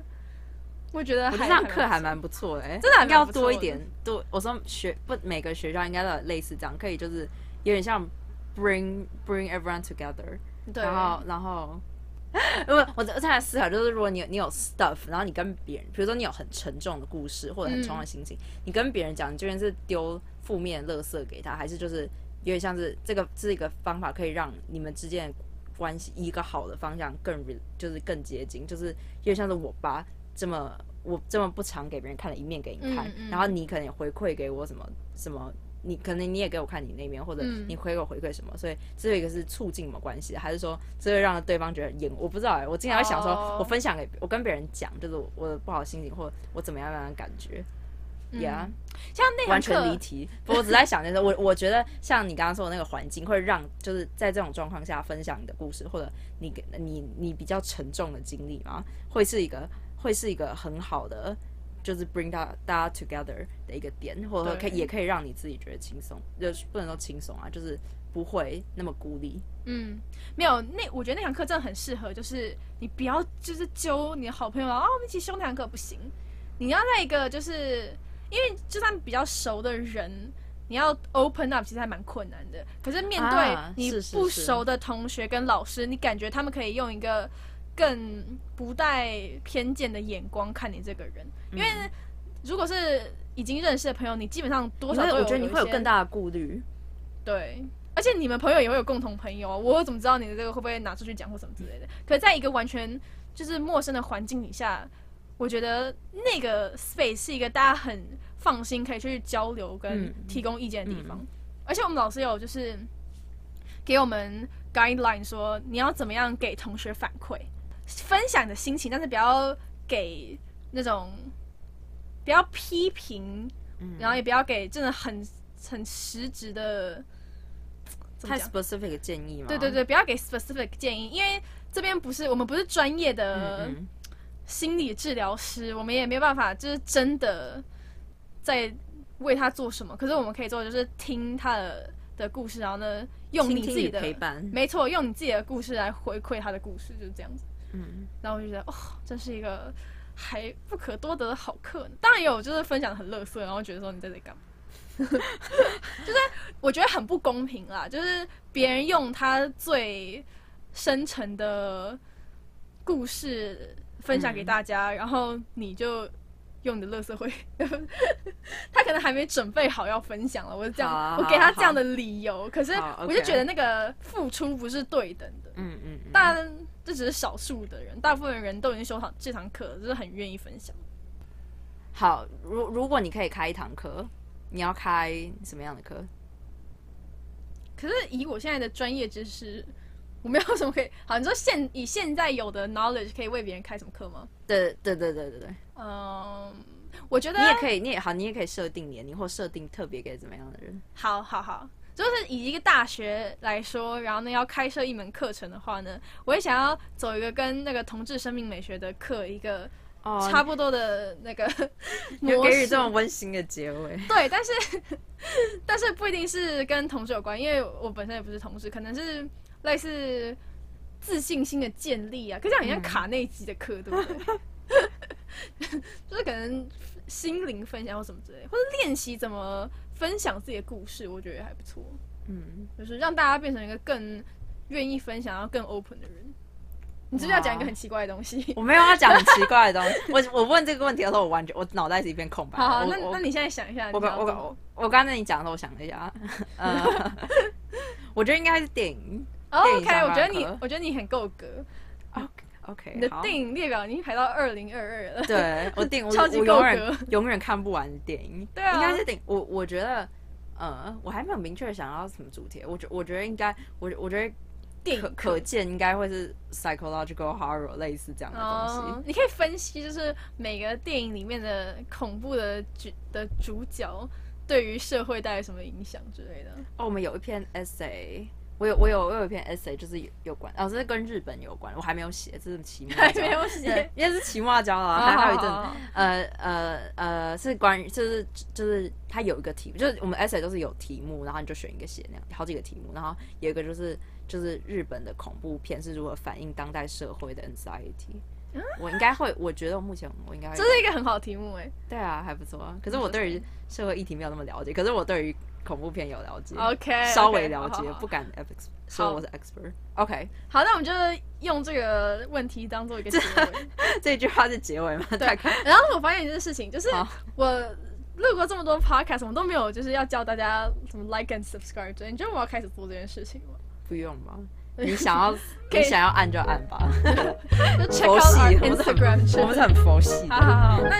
[SPEAKER 1] 我觉得
[SPEAKER 2] 我觉得
[SPEAKER 1] 还
[SPEAKER 2] 这样
[SPEAKER 1] 蛮
[SPEAKER 2] 课还蛮不错的、欸，
[SPEAKER 1] 真的还
[SPEAKER 2] 应该要
[SPEAKER 1] 蛮不错的
[SPEAKER 2] 多一点。多，我说学不每个学校应该都有类似这样，可以就是有点像 bring bring everyone together，
[SPEAKER 1] 对，
[SPEAKER 2] 然后然后。因为我我在思考，就是如果你有你有 stuff，然后你跟别人，比如说你有很沉重的故事或者很沉重的心情，你跟别人讲，你究竟是丢负面的垃圾给他，还是就是有点像是这个这是一个方法，可以让你们之间的关系以一个好的方向更 re, 就是更接近，就是有点像是我把这么我这么不常给别人看的一面给你看，
[SPEAKER 1] 嗯嗯
[SPEAKER 2] 然后你可能也回馈给我什么什么。你可能你也给我看你那边，或者
[SPEAKER 1] 嗯
[SPEAKER 2] 你回给我回馈什么，所以这有一个是促进我们关系，还是说这会让对方觉得厌恶？我不知道哎、我经常会想说
[SPEAKER 1] 哦
[SPEAKER 2] 我分享给我跟别人讲，就是我我的不好的心情或我怎么样让人感觉，
[SPEAKER 1] 嗯
[SPEAKER 2] Yeah，
[SPEAKER 1] 像 那堂
[SPEAKER 2] 完全离
[SPEAKER 1] 课，
[SPEAKER 2] 题。不过我只在想那些，我我觉得像你刚刚说的那个环境，会让就是在这种状况下分享你的故事，或者你给你你比较沉重的经历嘛，会是一个会是一个很好的，就是 bring 大大家 together 的一个点，或者可
[SPEAKER 1] 对
[SPEAKER 2] 以也可以让你自己觉得轻松，就是不能说轻松啊，就是不会那么孤立。
[SPEAKER 1] 嗯，没有那我觉得那堂课真的很适合，就是你不要就是揪你的好朋友啊，我们一起修那堂课不行，你要在一个就是因为就算比较熟的人，你要 open up 其实还蛮困难的。可是面对
[SPEAKER 2] 啊
[SPEAKER 1] 你
[SPEAKER 2] 是是
[SPEAKER 1] 不
[SPEAKER 2] 是
[SPEAKER 1] 熟的同学跟老师，你感觉他们可以用一个更不带偏见的眼光看你这个人，因为
[SPEAKER 2] 嗯
[SPEAKER 1] 如果是已经认识的朋友，你基本上多
[SPEAKER 2] 我
[SPEAKER 1] 少都有
[SPEAKER 2] 我觉得你
[SPEAKER 1] 一
[SPEAKER 2] 会有
[SPEAKER 1] 些
[SPEAKER 2] 更大的顾虑。
[SPEAKER 1] 对，而且你们朋友也会有共同朋友啊，我怎么知道你的这个会不会拿出去讲或什么之类的？可在一个完全就是陌生的环境底下，我觉得那个 space 是一个大家很放心可以去交流跟
[SPEAKER 2] 嗯
[SPEAKER 1] 提供意见的地方。而且我们老师有就是给我们 guideline 说你要怎么样给同学反馈，分享你的心情，但是不要给那种不要批评，
[SPEAKER 2] 嗯
[SPEAKER 1] 然后也不要给真的很很实质的。怎么
[SPEAKER 2] 太
[SPEAKER 1] 讲？
[SPEAKER 2] specific 的建议嘛？
[SPEAKER 1] 对对对，不要给 specific 建议，因为这边不是我们不是专业的
[SPEAKER 2] 嗯，嗯
[SPEAKER 1] 心理治疗师，我们也没有办法就是真的在为他做什么。可是我们可以做的就是听他的的故事，然后呢，用
[SPEAKER 2] 倾
[SPEAKER 1] 你
[SPEAKER 2] 听
[SPEAKER 1] 自己
[SPEAKER 2] 与
[SPEAKER 1] 的
[SPEAKER 2] 陪伴，
[SPEAKER 1] 没错，用你自己的故事来回馈他的故事，就是这样子。
[SPEAKER 2] 嗯，
[SPEAKER 1] 然后我就觉得，哦，真是一个还不可多得的好课呢。当然也有就是分享得很乐色，然后觉得说你在这里干嘛？ 就是我觉得很不公平啦，就是别人用他最深沉的故事分享给
[SPEAKER 2] 嗯
[SPEAKER 1] 大家，然后你就。用你的乐色会， 他可能还没准备好要分享了。我是这样，
[SPEAKER 2] 好啊
[SPEAKER 1] 我给他
[SPEAKER 2] 好啊
[SPEAKER 1] 这样的理由，可是
[SPEAKER 2] 好
[SPEAKER 1] 我就
[SPEAKER 2] ，OK
[SPEAKER 1] 觉得那个付出不是对等的。
[SPEAKER 2] 嗯嗯嗯，
[SPEAKER 1] 但这只是少数的人，大部分人都已经修好这堂课了，就是很愿意分享。
[SPEAKER 2] 好，如如果你可以开一堂课，你要开什么样的课？
[SPEAKER 1] 可是以我现在的专业知识，我没有什么可以好。你说现以现在有的 knowledge 可以为别人开什么课吗？
[SPEAKER 2] 对对对对对啊对，
[SPEAKER 1] 嗯，我觉得
[SPEAKER 2] 你也可以，你也好，你也可以设定年龄或设定特别给怎么样的人。
[SPEAKER 1] 好好好，就是以一个大学来说，然后呢要开设一门课程的话呢，我也想要走一个跟那个同志生命美学的课一个
[SPEAKER 2] 哦
[SPEAKER 1] 差不多的那个
[SPEAKER 2] 你有
[SPEAKER 1] 模
[SPEAKER 2] 给
[SPEAKER 1] 式
[SPEAKER 2] 予这种温馨的结尾。
[SPEAKER 1] 对，但是 但是不一定是跟同事有关，因为我本身也不是同事，可能是类似自信心的建立啊。可是这样很像卡内基的课，对不 对？就是可能心灵分享或什么之类，或者练习怎么分享自己的故事，我觉得还不错，
[SPEAKER 2] 嗯，
[SPEAKER 1] 就是让大家变成一个更愿意分享、然后更 open 的人。你是不是要讲一个很奇怪的东西？
[SPEAKER 2] 我没有要讲很奇怪的东西。我我问这个问题的时候，我完全我脑袋是一片空白。
[SPEAKER 1] 好好，
[SPEAKER 2] 我
[SPEAKER 1] 那
[SPEAKER 2] 我
[SPEAKER 1] 那你现在想一下，
[SPEAKER 2] 我
[SPEAKER 1] 你
[SPEAKER 2] 刚
[SPEAKER 1] 要
[SPEAKER 2] 我
[SPEAKER 1] 怎
[SPEAKER 2] 刚
[SPEAKER 1] 么
[SPEAKER 2] 我我刚才你讲的时候，我想了一下，呃， 我觉得应该是电影。
[SPEAKER 1] 哦
[SPEAKER 2] 电影
[SPEAKER 1] OK，
[SPEAKER 2] 相
[SPEAKER 1] 我觉得
[SPEAKER 2] 关
[SPEAKER 1] 你
[SPEAKER 2] 科，
[SPEAKER 1] 我觉得你很够格。
[SPEAKER 2] OK，
[SPEAKER 1] 你的
[SPEAKER 2] 好
[SPEAKER 1] 电影列表已经排到二零二二了。
[SPEAKER 2] 对 我电影，我
[SPEAKER 1] 超级
[SPEAKER 2] 我
[SPEAKER 1] 够
[SPEAKER 2] 永
[SPEAKER 1] 格
[SPEAKER 2] 远永远看不完的电影。
[SPEAKER 1] 对啊
[SPEAKER 2] 应该是电影。我我觉得，呃，我还没有明确想要什么主题。我觉我觉得应该，我我觉
[SPEAKER 1] 电
[SPEAKER 2] 得
[SPEAKER 1] 影
[SPEAKER 2] 可可见应该会是 psychological horror 类似这样的东西。
[SPEAKER 1] 哦，你可以分析，就是每个电影里面的恐怖的主的主角对于社会带来什么影响之类的。
[SPEAKER 2] 哦，我们有一篇 essay。我有我有我有一篇 essay，就是有有关，哦，这是跟日本有关，我还没有写，这是期末
[SPEAKER 1] 还
[SPEAKER 2] 交
[SPEAKER 1] 没有写哦
[SPEAKER 2] 对因为是期末交了啊，还还有一阵子，呃呃呃，是关于就是就是它有一个题目，就是我们 essay 都是有题目，然后你就选一个写那样，好几个题目，然后有一个就是阵子就是日本的恐怖片是如何反映当代社会的 anxiety。我应该会，我觉得我目前我应该会
[SPEAKER 1] 这是一个很好的题目哎、
[SPEAKER 2] 对啊，还不错啊。可是我对于社会议题没有那么了解，可是我对于恐怖片有了解
[SPEAKER 1] OK，
[SPEAKER 2] 嗯稍微了解，
[SPEAKER 1] 好
[SPEAKER 2] 不敢 ex 说我是 expert。OK，
[SPEAKER 1] 好，那我们就是用这个问题当做一个结 尾。
[SPEAKER 2] 这句话是结尾吗？
[SPEAKER 1] 对
[SPEAKER 2] 太开
[SPEAKER 1] 然后我发现一件事情，就是
[SPEAKER 2] 好
[SPEAKER 1] 我录过这么多 podcast，我都没有就是要教大家什么 like and subscribe 之类。你觉得我要开始做这件事情吗？
[SPEAKER 2] 不用 吧？你想要
[SPEAKER 1] 可以
[SPEAKER 2] 你想要按就按吧。
[SPEAKER 1] 就 check
[SPEAKER 2] 佛
[SPEAKER 1] out
[SPEAKER 2] 系
[SPEAKER 1] our
[SPEAKER 2] 我们
[SPEAKER 1] Instagram 之类的。
[SPEAKER 2] 我们是很佛系的。
[SPEAKER 1] 好好好，那